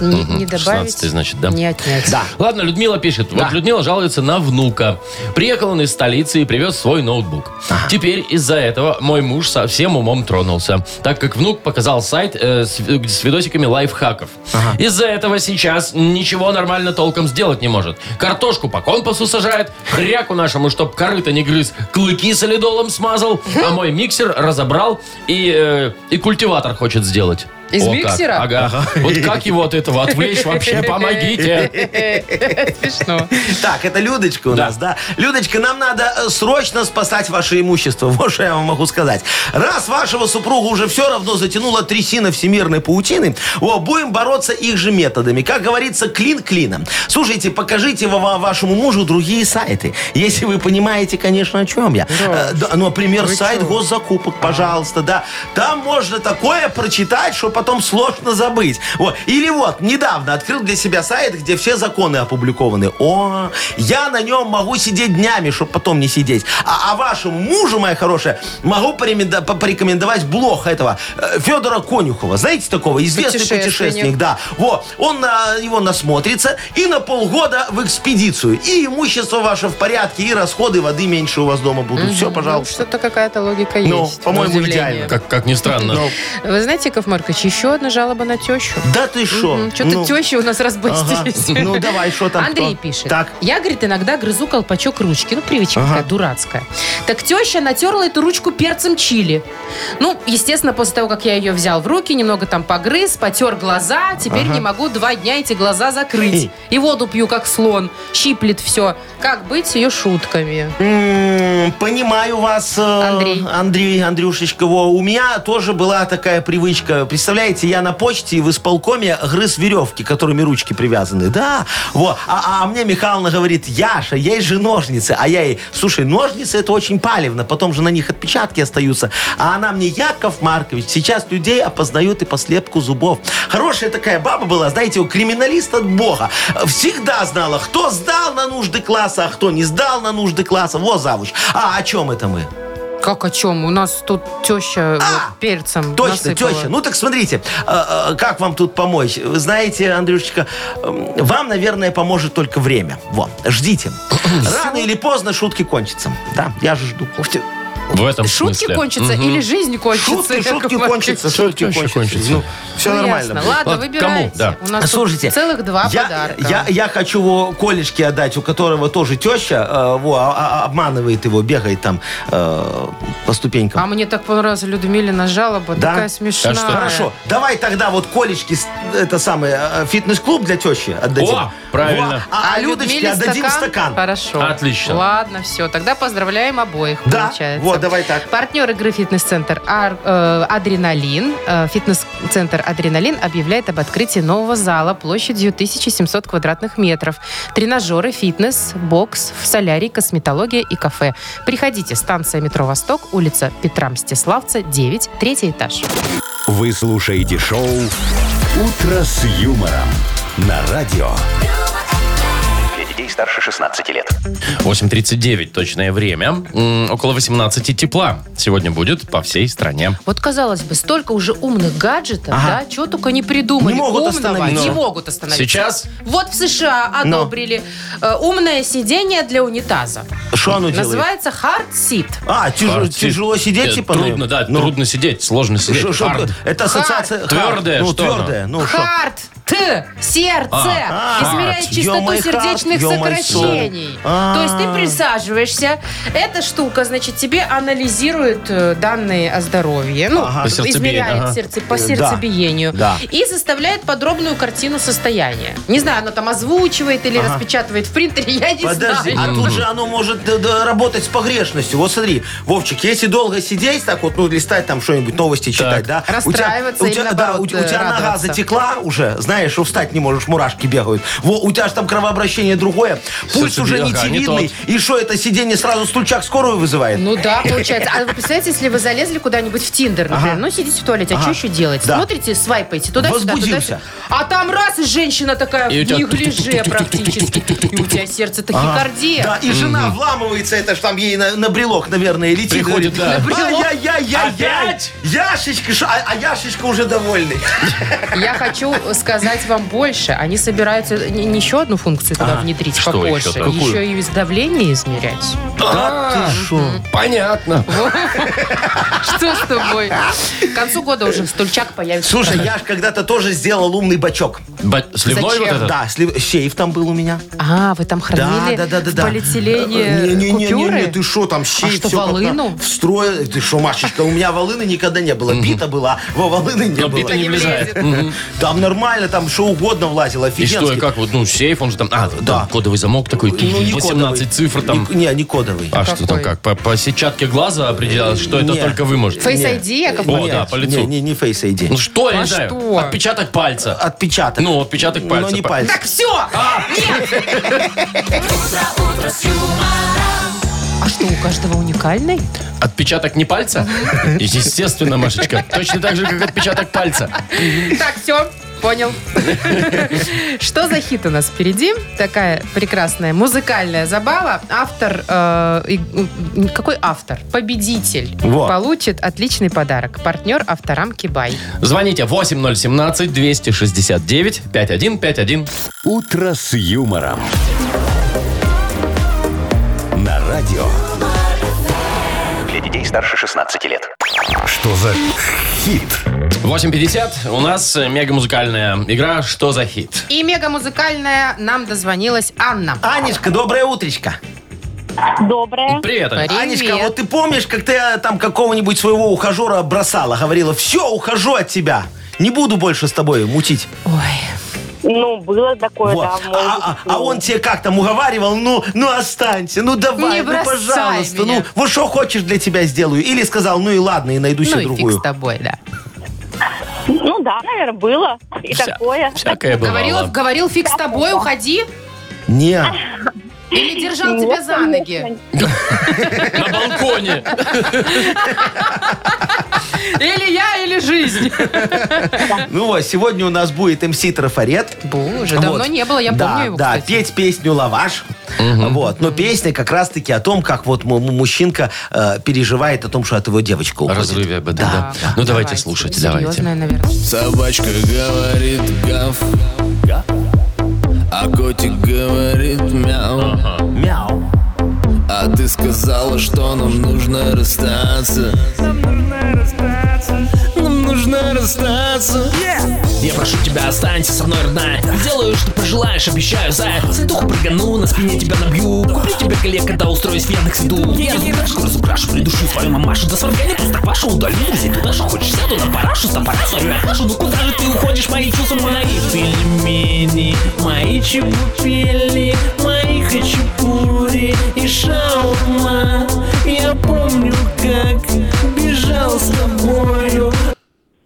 Speaker 3: Н- Не добавить,
Speaker 2: 16-й, значит, да?
Speaker 3: не отнять.
Speaker 4: Да.
Speaker 2: Ладно, Людмила пишет. Вот Людмила жалуется на внука. Приехал он из столицы и привез свой ноутбук. Теперь из-за этого мой муж совсем умом тронулся, так как внук показал сайт э, с, ви- с видосиками лайфхаков. Из-за этого сейчас ничего нормально толком сделать не может. Картошку по компасу сажает, хряку нашему, чтоб корыто не грыз, клыки солидолом смазал, а мой миксер разобрал и, э, и культиватор хочет сделать.
Speaker 3: Из
Speaker 2: как.
Speaker 3: миксера?
Speaker 2: Ага. Вот как его от этого отвлечь вообще? Помогите.
Speaker 3: Смешно.
Speaker 4: [LAUGHS] Так, это Людочка у
Speaker 2: Да.
Speaker 4: нас, да? Людочка, нам надо э, срочно спасать ваше имущество. [LAUGHS] Вот что я вам могу сказать. Раз вашего супруга уже все равно затянула трясина всемирной паутины, о, будем бороться их же методами. Как говорится, клин клином. Слушайте, покажите ва- ва- вашему мужу другие сайты. Если вы понимаете, конечно, о чем я. ну, Э, да, например, сайт госзакупок, пожалуйста, да. Там можно такое прочитать, что потом сложно забыть. Вот. Или вот, недавно открыл для себя сайт, где все законы опубликованы. О, я на нем могу сидеть днями, чтобы потом не сидеть. А, а вашему мужу, моя хорошая, могу поременда- по- порекомендовать блог этого э, Федора Конюхова. Знаете такого? Известный
Speaker 3: Путешественник.
Speaker 4: путешественник, да. Вот. Он на его насмотрится и на полгода в экспедицию. И имущество ваше в порядке, и расходы воды меньше у вас дома будут. Все,
Speaker 3: Ну,
Speaker 4: пожалуйста.
Speaker 3: что-то какая-то логика
Speaker 4: Ну,
Speaker 3: есть. на
Speaker 4: по-моему,
Speaker 3: удивление.
Speaker 4: идеально.
Speaker 2: Как, как ни странно.
Speaker 4: Ну,
Speaker 3: Вы знаете, Яков Маркович, еще одна жалоба на тещу.
Speaker 4: да ты что?
Speaker 3: Что-то тещи у нас разбастились.
Speaker 4: Ага.
Speaker 3: [LAUGHS]
Speaker 4: Ну, давай, что там?
Speaker 3: Андрей
Speaker 4: кто?
Speaker 3: пишет.
Speaker 4: Так.
Speaker 3: Я, говорит, иногда грызу колпачок ручки. Ну, привычка такая дурацкая. Так теща натерла эту ручку перцем чили. Ну, естественно, после того, как я ее взял в руки, немного там погрыз, потер глаза. Теперь не могу два дня эти глаза закрыть. И воду пью, как слон. Щиплет все. Как быть с ее шутками?
Speaker 4: М, Понимаю вас, э,
Speaker 3: Андрей.
Speaker 4: Андрей, Андрюшечка. Во, у меня тоже была такая привычка. Представляете, я на почте и в исполкоме грыз веревки, которыми ручки привязаны. Да, вот. А, а мне Михайловна говорит, Яша, есть же ножницы. А я ей, слушай, ножницы это очень палевно, потом же на них отпечатки остаются. А она мне, Яков Маркович, сейчас людей опознают и по слепку зубов. Хорошая такая баба была, знаете, у криминалист от бога. Всегда знала, кто сдал на нужды класса, а кто не сдал на нужды класса. Во, завуч. А о чем это мы?
Speaker 3: Как о чем? У нас тут теща
Speaker 4: А!
Speaker 3: вот перцем
Speaker 4: Точно,
Speaker 3: насыпала.
Speaker 4: теща. Ну так смотрите, э, э, как вам тут помочь? Вы знаете, Андрюшечка, э, вам, наверное, поможет только время. Вот, ждите. Рано или поздно шутки кончатся. Да, я же жду.
Speaker 2: В этом
Speaker 3: Шутки
Speaker 2: смысле.
Speaker 3: кончатся
Speaker 2: Мгм.
Speaker 3: или жизнь кончится?
Speaker 4: Шутки,
Speaker 3: Яков
Speaker 4: шутки
Speaker 3: Маркович?
Speaker 4: кончатся, шутки
Speaker 2: Шутки кончатся.
Speaker 4: кончатся. Ну, все
Speaker 3: Ну,
Speaker 4: нормально.
Speaker 3: ясно.
Speaker 4: будет.
Speaker 3: Ладно,
Speaker 2: Ладно,
Speaker 3: выбирайте.
Speaker 2: кому? Да.
Speaker 3: У нас
Speaker 4: Слушайте,
Speaker 3: тут целых два
Speaker 4: я,
Speaker 3: подарка.
Speaker 4: я, я хочу во, Колечке отдать, у которого тоже теща э, во, а- а- обманывает его, бегает там э, по ступенькам.
Speaker 3: А мне так понравилась Людмилина жалоба.
Speaker 4: Да?
Speaker 3: Такая смешная.
Speaker 2: А что?
Speaker 4: Хорошо, давай тогда вот Колечке с- это самый э, фитнес-клуб для тещи отдадим.
Speaker 2: О, правильно.
Speaker 4: Во, А, а Людочке
Speaker 3: Людмиле
Speaker 4: отдадим стакан.
Speaker 3: Хорошо.
Speaker 2: Отлично.
Speaker 3: Ладно, все. Тогда поздравляем обоих,
Speaker 4: Да,
Speaker 3: получается.
Speaker 4: вот, давай так.
Speaker 3: Партнер игры «Фитнес-центр Ар- э, Адреналин». Э, Фитнес-центр «Адреналин» объявляет об открытии нового зала площадью 1700 квадратных метров. Тренажеры, фитнес, бокс, в солярий, косметология и кафе. Приходите. Станция метро «Восток», улица Петра Мстиславца, 9, третий этаж.
Speaker 1: Вы слушаете шоу «Утро с юмором» на радио.
Speaker 5: Для детей старше 16 лет.
Speaker 2: 8.39 точное время. М, Около 18 тепла сегодня будет по всей стране.
Speaker 3: Вот, казалось бы, столько уже умных гаджетов,
Speaker 4: Ага.
Speaker 3: да, чего только не придумали.
Speaker 4: Не могут
Speaker 3: умного,
Speaker 4: остановить.
Speaker 3: Не
Speaker 4: Ну.
Speaker 3: могут остановить.
Speaker 2: Сейчас?
Speaker 3: Вот в США
Speaker 4: Но. Ну,
Speaker 3: одобрили э, умное сидение для унитаза.
Speaker 4: Что оно делает?
Speaker 3: Называется Hard Sit.
Speaker 4: А, тяжело,
Speaker 2: Хар-
Speaker 4: тяжело сидеть,
Speaker 2: Э,
Speaker 4: типа? ну,
Speaker 2: Трудно, да,
Speaker 4: ну,
Speaker 2: трудно сидеть, сложно сидеть.
Speaker 4: шо- шо-
Speaker 2: Hard.
Speaker 4: Это ассоциация... хар-
Speaker 2: Твердое,
Speaker 4: Ну,
Speaker 2: что оно?
Speaker 4: твердое. Ну, что?
Speaker 3: Hard T сердце
Speaker 4: А,
Speaker 3: измеряет
Speaker 4: heart.
Speaker 3: частоту
Speaker 4: Ё-май heart,
Speaker 3: сердечных
Speaker 4: ё-май soul.
Speaker 3: сокращений.
Speaker 4: А.
Speaker 3: То есть ты присаживаешься, эта штука, значит, тебе анализирует э, данные о здоровье, ну,
Speaker 4: Ага.
Speaker 2: По сердцебиению,
Speaker 3: измеряет
Speaker 2: ага.
Speaker 3: сердце, по
Speaker 4: Э, да,
Speaker 3: сердцебиению
Speaker 4: да.
Speaker 3: и составляет подробную картину состояния. Не знаю, она там озвучивает или распечатывает в принтере, я не
Speaker 4: Подожди,
Speaker 3: знаю.
Speaker 4: а тут же оно может да, да, работать с погрешностью. Вот смотри, Вовчик, если долго сидеть, так вот, ну, листать там что-нибудь, новости читать, да? у тебя-
Speaker 3: Расстраиваться
Speaker 4: у
Speaker 3: или
Speaker 4: тебя, да, у,
Speaker 3: наоборот,
Speaker 4: у
Speaker 3: э,
Speaker 4: тебя нога
Speaker 3: радоваться.
Speaker 4: затекла уже, знаешь, что встать не можешь, мурашки бегают. Во, у тебя же там кровообращение другое, пульс
Speaker 2: Сердцебиение,
Speaker 4: уже а не
Speaker 2: ага, не
Speaker 4: телидный. и что, это сиденье сразу стульчак скорую вызывает?
Speaker 3: Ну да, получается. А вы представляете, если вы залезли куда-нибудь в Тиндер, например, ну сидите в туалете, а
Speaker 4: Ага.
Speaker 3: что еще делать?
Speaker 4: Да.
Speaker 3: Смотрите, свайпаете туда-сюда,
Speaker 4: Возбудился.
Speaker 3: туда-сюда. А там раз, и женщина такая
Speaker 2: И у
Speaker 3: в
Speaker 2: тебя
Speaker 3: неглиже практически. И у тебя сердце
Speaker 4: Да,
Speaker 3: тахикардия.
Speaker 4: и жена вламывается, это ж там ей на, на брелок, наверное, летит.
Speaker 2: Приходит, да.
Speaker 3: На
Speaker 4: говорит,
Speaker 3: брелок?
Speaker 4: «Ай-яй-яй-яй-яй!
Speaker 2: Опять?
Speaker 4: Яшечка, шо- а, а Яшечка уже довольный.
Speaker 3: Я хочу сказать вам больше. Они собираются не, не еще одну функцию туда внедрить
Speaker 2: Что
Speaker 3: побольше.
Speaker 2: еще-то? Какую?
Speaker 3: Еще и давление измерять.
Speaker 4: Да ты шо?
Speaker 2: Понятно.
Speaker 3: Ну, Что с тобой? К концу года уже стульчак появится.
Speaker 4: Слушай,
Speaker 2: [LAUGHS]
Speaker 4: я ж когда-то тоже сделал умный бачок.
Speaker 2: Ба- Сливной
Speaker 3: Зачем?
Speaker 2: вот этот?
Speaker 4: Да, слив- сейф там был у меня.
Speaker 3: А, вы там хранили
Speaker 4: Э,
Speaker 3: полиэтилене купюры? А
Speaker 4: Не-не-не, ты шо там, сейф
Speaker 3: что,
Speaker 4: всё как на-
Speaker 3: волыну?
Speaker 4: встроил. Ты шо, Машечка, у меня волыны никогда не было. Бита была, во волыны не
Speaker 2: Но
Speaker 4: было.
Speaker 2: бита не влезает. Мгм.
Speaker 4: Там нормально, там что угодно влазило,
Speaker 2: И что,
Speaker 4: офигенски.
Speaker 2: и как? Вот, ну, сейф, он же там... А, да.
Speaker 4: Да.
Speaker 2: кодовый замок такой,
Speaker 4: Ну, не
Speaker 2: 18
Speaker 4: кодовый.
Speaker 2: цифр там.
Speaker 4: Не, не кодовый.
Speaker 2: А что там
Speaker 3: Какой?
Speaker 2: как? По, по сетчатке глаза определялось, что это
Speaker 4: Не.
Speaker 2: только вы можете.
Speaker 3: Face
Speaker 4: Нет.
Speaker 3: ID, Яков
Speaker 2: О,
Speaker 3: Маркович?
Speaker 2: да, по лицу.
Speaker 4: Не, не, не Face ID.
Speaker 2: Ну что, я
Speaker 3: А
Speaker 2: не знаю.
Speaker 3: что?
Speaker 2: Отпечаток пальца.
Speaker 4: Отпечаток.
Speaker 2: Ну, отпечаток пальца.
Speaker 4: Но не
Speaker 2: По-
Speaker 4: пальца.
Speaker 3: Так все!
Speaker 8: утро, утро с юмором.
Speaker 3: А что, у каждого уникальный?
Speaker 2: Отпечаток не пальца? Естественно, Машечка. Точно так же, как отпечаток пальца.
Speaker 3: Так, все, понял. Что за хит у нас впереди? Такая прекрасная музыкальная забава. Автор, э, и- м, какой автор? Победитель
Speaker 4: Во.
Speaker 3: получит отличный подарок. Партнер авторамки Бай.
Speaker 2: Звоните 8017-269-5151.
Speaker 1: «Утро с юмором». На радио.
Speaker 5: Для детей старше 16 лет.
Speaker 1: Что за хит?
Speaker 2: 8.50. У нас э, мега-музыкальная игра «Что за хит?».
Speaker 3: И мега музыкальная нам дозвонилась Анна.
Speaker 4: Анечка, доброе утречко.
Speaker 7: Доброе.
Speaker 2: Привет, Ань.
Speaker 3: Привет.
Speaker 4: Анечка, а вот ты помнишь, как ты э, там какого-нибудь своего ухажера бросала, говорила, все, ухожу от тебя. Не буду больше с тобой мутить.
Speaker 3: Ой,
Speaker 7: Ну, было такое,
Speaker 4: Вот. А-
Speaker 7: да. в
Speaker 4: а,
Speaker 7: молодости.
Speaker 4: а он тебе как там уговаривал, ну, ну останься, ну давай,
Speaker 3: Не
Speaker 4: ну
Speaker 3: бросай
Speaker 4: пожалуйста,
Speaker 3: меня.
Speaker 4: ну вот что хочешь для тебя сделаю. Или сказал, ну и ладно, и найду
Speaker 3: ну
Speaker 4: себе
Speaker 3: и
Speaker 4: другую.
Speaker 3: фиг с тобой, да.
Speaker 7: Ну да, наверное, было. И
Speaker 2: Вся-
Speaker 7: такое.
Speaker 2: Всякое
Speaker 3: Говорил,
Speaker 2: бывало.
Speaker 3: говорил, фиг с тобой, уходи.
Speaker 4: Не,
Speaker 3: Или держал
Speaker 7: Нет,
Speaker 3: тебя за ноги.
Speaker 7: конечно.
Speaker 2: На балконе.
Speaker 3: Или я, или жизнь.
Speaker 4: ну вот, сегодня у нас будет МС Трафарет.
Speaker 3: Боже, давно
Speaker 4: Вот.
Speaker 3: не было, я
Speaker 4: да,
Speaker 3: помню его,
Speaker 4: Да,
Speaker 3: кстати.
Speaker 4: петь песню «Лаваш». Вот. Но песня как раз-таки о том, как вот му- му- мужчинка э, переживает о том, что от его девочка уходит.
Speaker 2: Разрыве об этом, да.
Speaker 3: Да, да.
Speaker 2: Ну, давайте слушать, давайте.
Speaker 3: Серьезная, наверное.
Speaker 8: Собачка говорит гав, а котик говорит мяу.
Speaker 4: Мяу.
Speaker 8: А ты сказала, что нам нужно расстаться. Нам нужно расстаться.
Speaker 9: Я прошу тебя, останься со мной, родная Сделаю, что пожелаешь, обещаю, зая Сантуху прыгану, на спине тебя набью Куплю тебе коллег, когда устроюсь в Яндекс иду Я разукрашу, разукрашу, придушу свою мамашу До сваргани пустопашу, удалю друзей туда, что хочешь Сяду на парашу, за свою отмашу Ну куда же ты уходишь, мои чувства, мои пельмени Мои чебупели, мои хачапури и шаурма Я помню, как бежал с тобою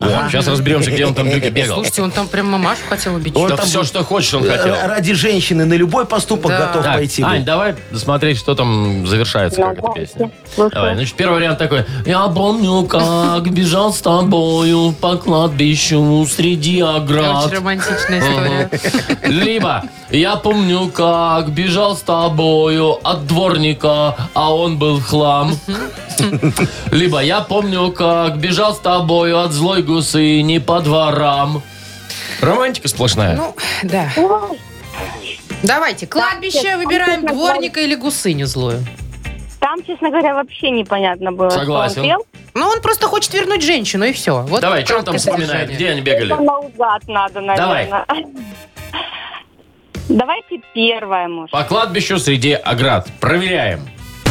Speaker 2: О, Сейчас разберемся, где он там бег- бегал.
Speaker 3: Слушайте, он там прям мамашу хотел убить.
Speaker 2: Да все, что хочешь, он хотел.
Speaker 4: Э, Ради женщины на любой поступок
Speaker 3: Да.
Speaker 4: готов
Speaker 2: Так,
Speaker 4: пойти.
Speaker 2: Ань, давай смотреть, что там завершается, как эта
Speaker 7: Давайте.
Speaker 2: песня.
Speaker 7: Слушаю.
Speaker 2: Давай, значит, первый вариант такой. Я помню,
Speaker 3: [LAUGHS]
Speaker 2: как бежал с тобою по кладбищу среди оград.
Speaker 3: [LAUGHS] Очень романтичная история.
Speaker 2: Мгм. Либо я помню, как бежал с тобою от дворника, а он был хлам. [LAUGHS] Либо я помню, как бежал с тобою от злой гусыни по дворам. Романтика сплошная.
Speaker 3: Ну, да. Давайте, кладбище выбираем, дворника или гусыню злую.
Speaker 7: Там, честно говоря, вообще непонятно было. что он
Speaker 2: Согласен.
Speaker 7: пел.
Speaker 3: Ну, он просто хочет вернуть женщину, и все. Вот
Speaker 2: Давай, что он там
Speaker 3: краткое
Speaker 2: вспоминает?
Speaker 3: содержание.
Speaker 2: Где они бегали?
Speaker 7: Наугад надо,
Speaker 2: Давай.
Speaker 7: наверное. Давайте первое, может.
Speaker 2: По кладбищу среди оград. Проверяем.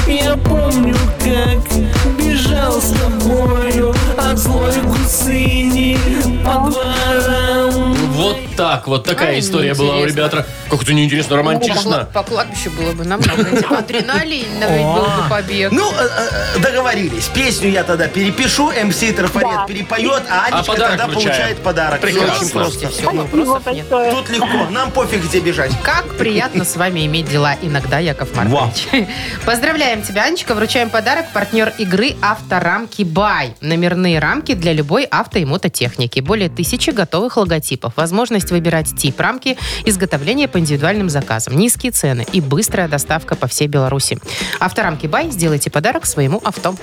Speaker 9: Я помню, как бежал с тобою от злой гусыни по дворам.
Speaker 2: Вот так, вот такая
Speaker 3: Ай,
Speaker 2: история была у
Speaker 3: неинтересно.
Speaker 2: ребят. Как это неинтересно,
Speaker 3: Ну, По кла-
Speaker 2: романтично.
Speaker 3: По кладбищу было бы намного интереснее. Адреналин, наверное, был бы побег.
Speaker 4: Ну, э, э, договорились. Песню я тогда перепишу, МС Трафарет
Speaker 7: Да.
Speaker 4: перепоет, а Анечка
Speaker 2: подарок
Speaker 4: тогда
Speaker 2: вручаем.
Speaker 4: получает подарок. Всё
Speaker 2: Прекрасно.
Speaker 4: очень
Speaker 3: Слушайте,
Speaker 4: просто.
Speaker 3: все,
Speaker 7: Спасибо
Speaker 3: вопросов нет.
Speaker 7: большое.
Speaker 4: Тут легко, нам пофиг, где бежать.
Speaker 3: Как приятно с вами иметь дела иногда, Яков Маркович. [LAUGHS] Поздравляем тебя, Анечка. Вручаем подарок партнер игры «Авторамки Бай». Номерные рамки для любой авто и мототехники. Более тысячи готовых логотипов. Возможность выбирать тип рамки, изготовление по индивидуальным заказам, низкие цены и быстрая доставка по всей Беларуси. «Авторамки Бай» сделайте подарок своему авто.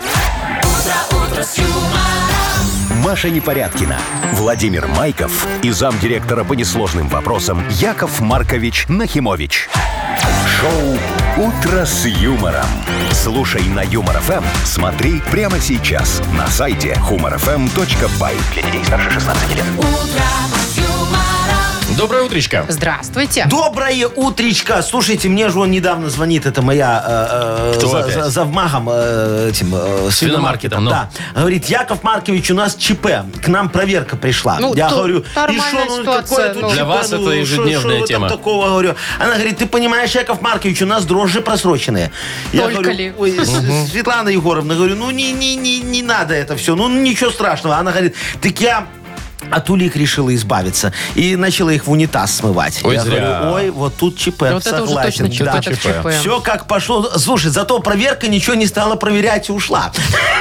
Speaker 1: Маша Непорядкина, Владимир Майков и замдиректора по несложным вопросам Яков Маркович Нахимович. Шоу «Утро с юмором». Слушай на Юмор ФМ, смотри прямо сейчас на сайте humorfm.by.
Speaker 5: Для детей старше 16 лет.
Speaker 2: Доброе утречко.
Speaker 3: Здравствуйте.
Speaker 4: Доброе утречко. Слушайте, мне же он недавно звонит, это моя э, э,
Speaker 2: Кто
Speaker 4: за-
Speaker 2: опять?
Speaker 4: за- завмагом э, этим э, свиномаркетом.
Speaker 2: Свиномаркетом, ну.
Speaker 4: Да. Говорит, Яков Маркович, у нас ЧП, к нам проверка пришла.
Speaker 3: Ну,
Speaker 4: я
Speaker 3: тут
Speaker 4: говорю, и
Speaker 3: нормальная
Speaker 4: что, ну,
Speaker 3: ситуация,
Speaker 4: какое тут
Speaker 3: ну».
Speaker 4: ЧП,
Speaker 2: Для вас
Speaker 4: ну,
Speaker 2: это
Speaker 4: шо- шо
Speaker 2: ежедневная
Speaker 4: вы там
Speaker 2: тема.
Speaker 4: такого, говорю. Она говорит, ты понимаешь, Яков Маркович, у нас дрожжи просроченные. Я
Speaker 3: Только
Speaker 4: говорю,
Speaker 3: ли?
Speaker 4: «Ой, С- Светлана Егоровна, говорю, ну не, не, не, не надо это все, ну ничего страшного. Она говорит, так я от улик решила избавиться и начала их в унитаз смывать.
Speaker 2: Ой,
Speaker 4: Я
Speaker 2: зря.
Speaker 4: говорю, ой, вот тут ЧП,
Speaker 3: Вот это уже
Speaker 4: согласен.
Speaker 3: точно ЧП,
Speaker 4: да.
Speaker 3: так ЧП.
Speaker 4: Все как пошло. Слушай, зато проверка ничего не стала проверять и ушла.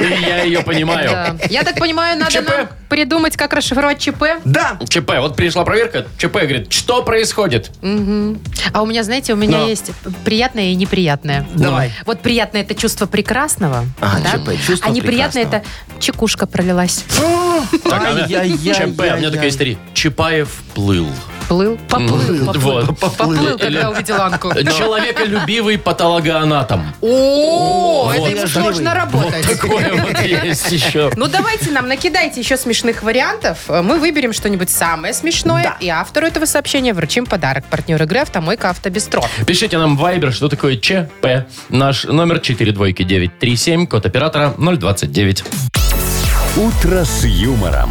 Speaker 2: Я ее понимаю.
Speaker 3: Да. Я так понимаю, надо
Speaker 2: ЧП.
Speaker 3: нам придумать, как расшифровать ЧП.
Speaker 4: Да,
Speaker 2: ЧП, вот пришла проверка, ЧП говорит, что происходит?
Speaker 3: А у меня, знаете, у меня
Speaker 2: Но.
Speaker 3: есть приятное и неприятное.
Speaker 4: Давай.
Speaker 3: Вот приятное это чувство прекрасного.
Speaker 4: Ага,
Speaker 3: да?
Speaker 4: ЧП,
Speaker 3: а
Speaker 4: чувство
Speaker 3: неприятное
Speaker 4: прекрасного.
Speaker 3: это чекушка пролилась.
Speaker 2: Так, она-
Speaker 4: Ай-яй-яй-яй-яй.
Speaker 2: ЧП, у меня такая история. Чапаев плыл.
Speaker 3: Плыл, поплыл, поплыл.
Speaker 2: Вот.
Speaker 3: Поплыл,
Speaker 2: Или-
Speaker 3: когда увидел Анку.
Speaker 2: Человеколюбивый патологоанатом. [LAUGHS]
Speaker 3: О, это
Speaker 2: Вот.
Speaker 3: ему сложно работать.
Speaker 2: Такое вот есть еще.
Speaker 3: Ну, давайте нам накидайте еще смешных вариантов. Мы выберем что-нибудь самое смешное. И автору этого сообщения вручим подарок. Партнер игры «Автомойка Автобестро».
Speaker 2: Пишите нам в Viber, что такое ЧП. Наш номер 42937, код оператора 029.
Speaker 1: «Утро с юмором»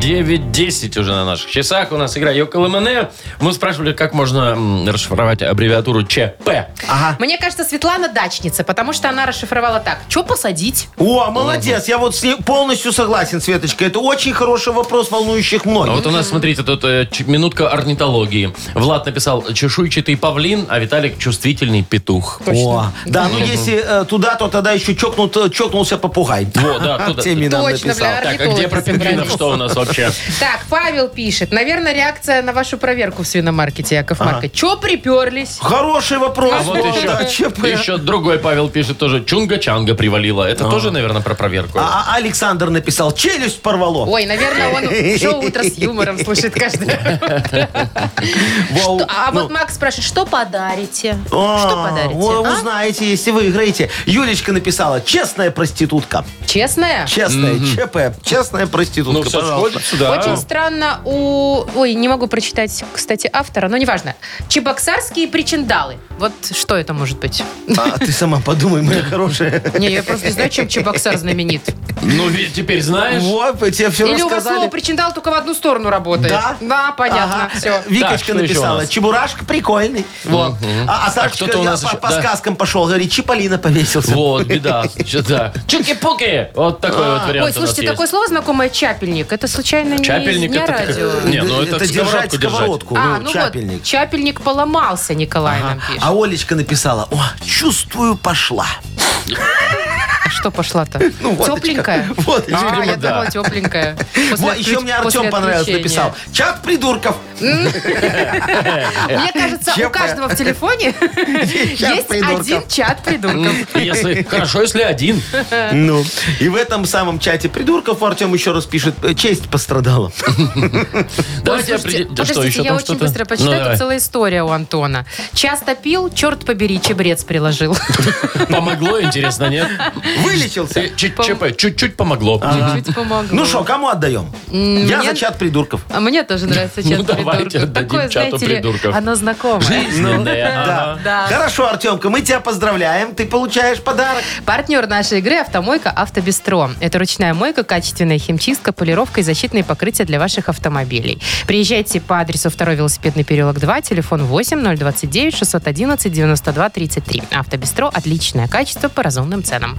Speaker 2: 9.10 уже на наших часах. У нас игра Йокол Мы спрашивали, как можно м, расшифровать аббревиатуру ЧП.
Speaker 4: Ага.
Speaker 3: Мне кажется, Светлана дачница, потому что она расшифровала так. Че посадить?
Speaker 4: О, молодец, я вот с ней полностью согласен, Светочка. Это очень хороший вопрос, волнующих
Speaker 2: А
Speaker 4: многих.
Speaker 2: вот у нас, смотрите, тут э, ч- минутка орнитологии. Влад написал чешуйчатый павлин, а Виталик чувствительный петух.
Speaker 4: О, да, ну если э, туда, то тогда еще чокнут, э, чокнулся попугай.
Speaker 2: Во, да, туда.
Speaker 4: [LAUGHS] Теми нам
Speaker 3: Точно,
Speaker 4: написал.
Speaker 3: бля.
Speaker 2: Так, а где про
Speaker 3: Орнитологи
Speaker 2: пингвинов
Speaker 3: собрались.
Speaker 2: что у нас вообще?
Speaker 3: Так, Павел пишет. Наверное, реакция на вашу проверку в свиномаркете, Яков Маркович. Че приперлись?
Speaker 4: Хороший вопрос.
Speaker 2: А вот
Speaker 4: Вова,
Speaker 2: еще,
Speaker 4: да, ЧП.
Speaker 2: еще другой Павел пишет тоже. Чунга-чанга привалила. Это тоже, наверное, про проверку.
Speaker 4: А а Александр написал, челюсть порвало.
Speaker 3: Ой, наверное, он шоу «Утро с юмором» слушает каждый.
Speaker 4: [LAUGHS] Вау.
Speaker 3: А
Speaker 4: Ну,
Speaker 3: вот Макс спрашивает, что подарите?
Speaker 4: а,
Speaker 3: Что
Speaker 4: вот
Speaker 3: подарите? а?
Speaker 4: узнаете, если выиграете. Юлечка написала, честная проститутка.
Speaker 3: Честное?
Speaker 4: Честная, ЧП. Честная проститутка.
Speaker 2: ну, все
Speaker 4: пожалуйста.
Speaker 2: сходит сюда.
Speaker 3: Очень странно у... Ой, не могу прочитать, кстати, автора, но неважно. Чебоксарские причиндалы. Вот что это может быть?
Speaker 4: А, ты сама подумай, моя хорошая.
Speaker 3: Не, я просто не знаю, чем Чебоксар знаменит.
Speaker 2: Ну, ви- теперь знаешь.
Speaker 4: Вот, тебе все
Speaker 3: Или у вас слово
Speaker 4: рассказали.
Speaker 3: причиндал только в одну сторону работает.
Speaker 4: Да?
Speaker 3: Да, понятно,
Speaker 4: Ага.
Speaker 3: все.
Speaker 2: Так, что
Speaker 4: Викочка
Speaker 2: еще у
Speaker 4: написала,
Speaker 2: нас?
Speaker 4: чебурашка прикольный. Вот. А, а Сашечка
Speaker 2: кто-то у
Speaker 4: я
Speaker 2: нас
Speaker 4: по,
Speaker 2: еще-
Speaker 4: по
Speaker 2: да.
Speaker 4: сказкам пошел, говорит, Чиполлино повесился.
Speaker 2: Вот, беда. Чё- да. Чуки-пуки. Вот такой вот вариант
Speaker 3: А. Ой,
Speaker 2: у нас
Speaker 3: слушайте,
Speaker 2: есть.
Speaker 3: такое слово знакомое «чапельник». Это случайно не
Speaker 2: Чапельник
Speaker 3: из дня
Speaker 2: это как-
Speaker 3: радио?
Speaker 2: Не, ну это
Speaker 4: держать
Speaker 2: сковородку держать.
Speaker 4: сковородку,
Speaker 3: А,
Speaker 4: ну,
Speaker 3: ну
Speaker 4: чапельник.
Speaker 3: вот, чапельник поломался, Николай нам пишет.
Speaker 4: А Олечка написала, о, чувствую, пошла.
Speaker 3: А что
Speaker 4: [LAUGHS]
Speaker 3: пошла-то?
Speaker 4: водочка.
Speaker 3: Тепленькая?
Speaker 4: Ну, [LAUGHS] Вот,
Speaker 3: А,
Speaker 4: видимо,
Speaker 3: я [LAUGHS]
Speaker 4: да.
Speaker 3: думала, тепленькая.
Speaker 4: Во, еще мне Артем понравился, написал. Чат придурков. [LAUGHS]
Speaker 3: А, Мне кажется, у
Speaker 4: Чапа.
Speaker 3: каждого в
Speaker 4: [LAUGHS]
Speaker 3: телефоне есть
Speaker 4: придурков.
Speaker 3: один чат придурков.
Speaker 2: Если, хорошо, если один.
Speaker 4: Ну, и в этом самом чате придурков Артем еще раз пишет, «Э, честь пострадала. [LAUGHS]
Speaker 2: Давайте
Speaker 3: Слушайте,
Speaker 2: определим. Да что, еще
Speaker 3: Подождите, я
Speaker 2: там
Speaker 3: очень
Speaker 2: что-то?
Speaker 3: быстро
Speaker 2: Ну,
Speaker 3: почитаю.
Speaker 2: давай.
Speaker 3: Тут целая история у Антона. Часто пил, черт побери, чебрец приложил.
Speaker 2: [LAUGHS] Помогло, интересно, нет?
Speaker 4: Вылечился.
Speaker 2: Э, чуть- ЧП, Чуть-чуть помогло. [LAUGHS]
Speaker 3: Чуть помогло.
Speaker 4: Ну что, кому отдаем? Я
Speaker 3: мне-
Speaker 4: за чат придурков.
Speaker 3: А мне тоже нравится чат
Speaker 2: Ну, давайте
Speaker 3: придурков.
Speaker 2: отдадим
Speaker 3: Такое,
Speaker 2: чату
Speaker 3: знаете ли,
Speaker 2: придурков.
Speaker 3: оно знакомое.
Speaker 2: Жизненное,
Speaker 4: Да.
Speaker 2: ага.
Speaker 3: Да.
Speaker 4: Хорошо, Артемка, мы тебя поздравляем. Ты получаешь подарок.
Speaker 3: Партнер нашей игры – автомойка «Автобестро». Это ручная мойка, качественная химчистка, полировка и защитные покрытия для ваших автомобилей. Приезжайте по адресу 2 велосипедный переулок 2, телефон 8 029 611 92 33. «Автобестро» – отличное качество по разумным ценам.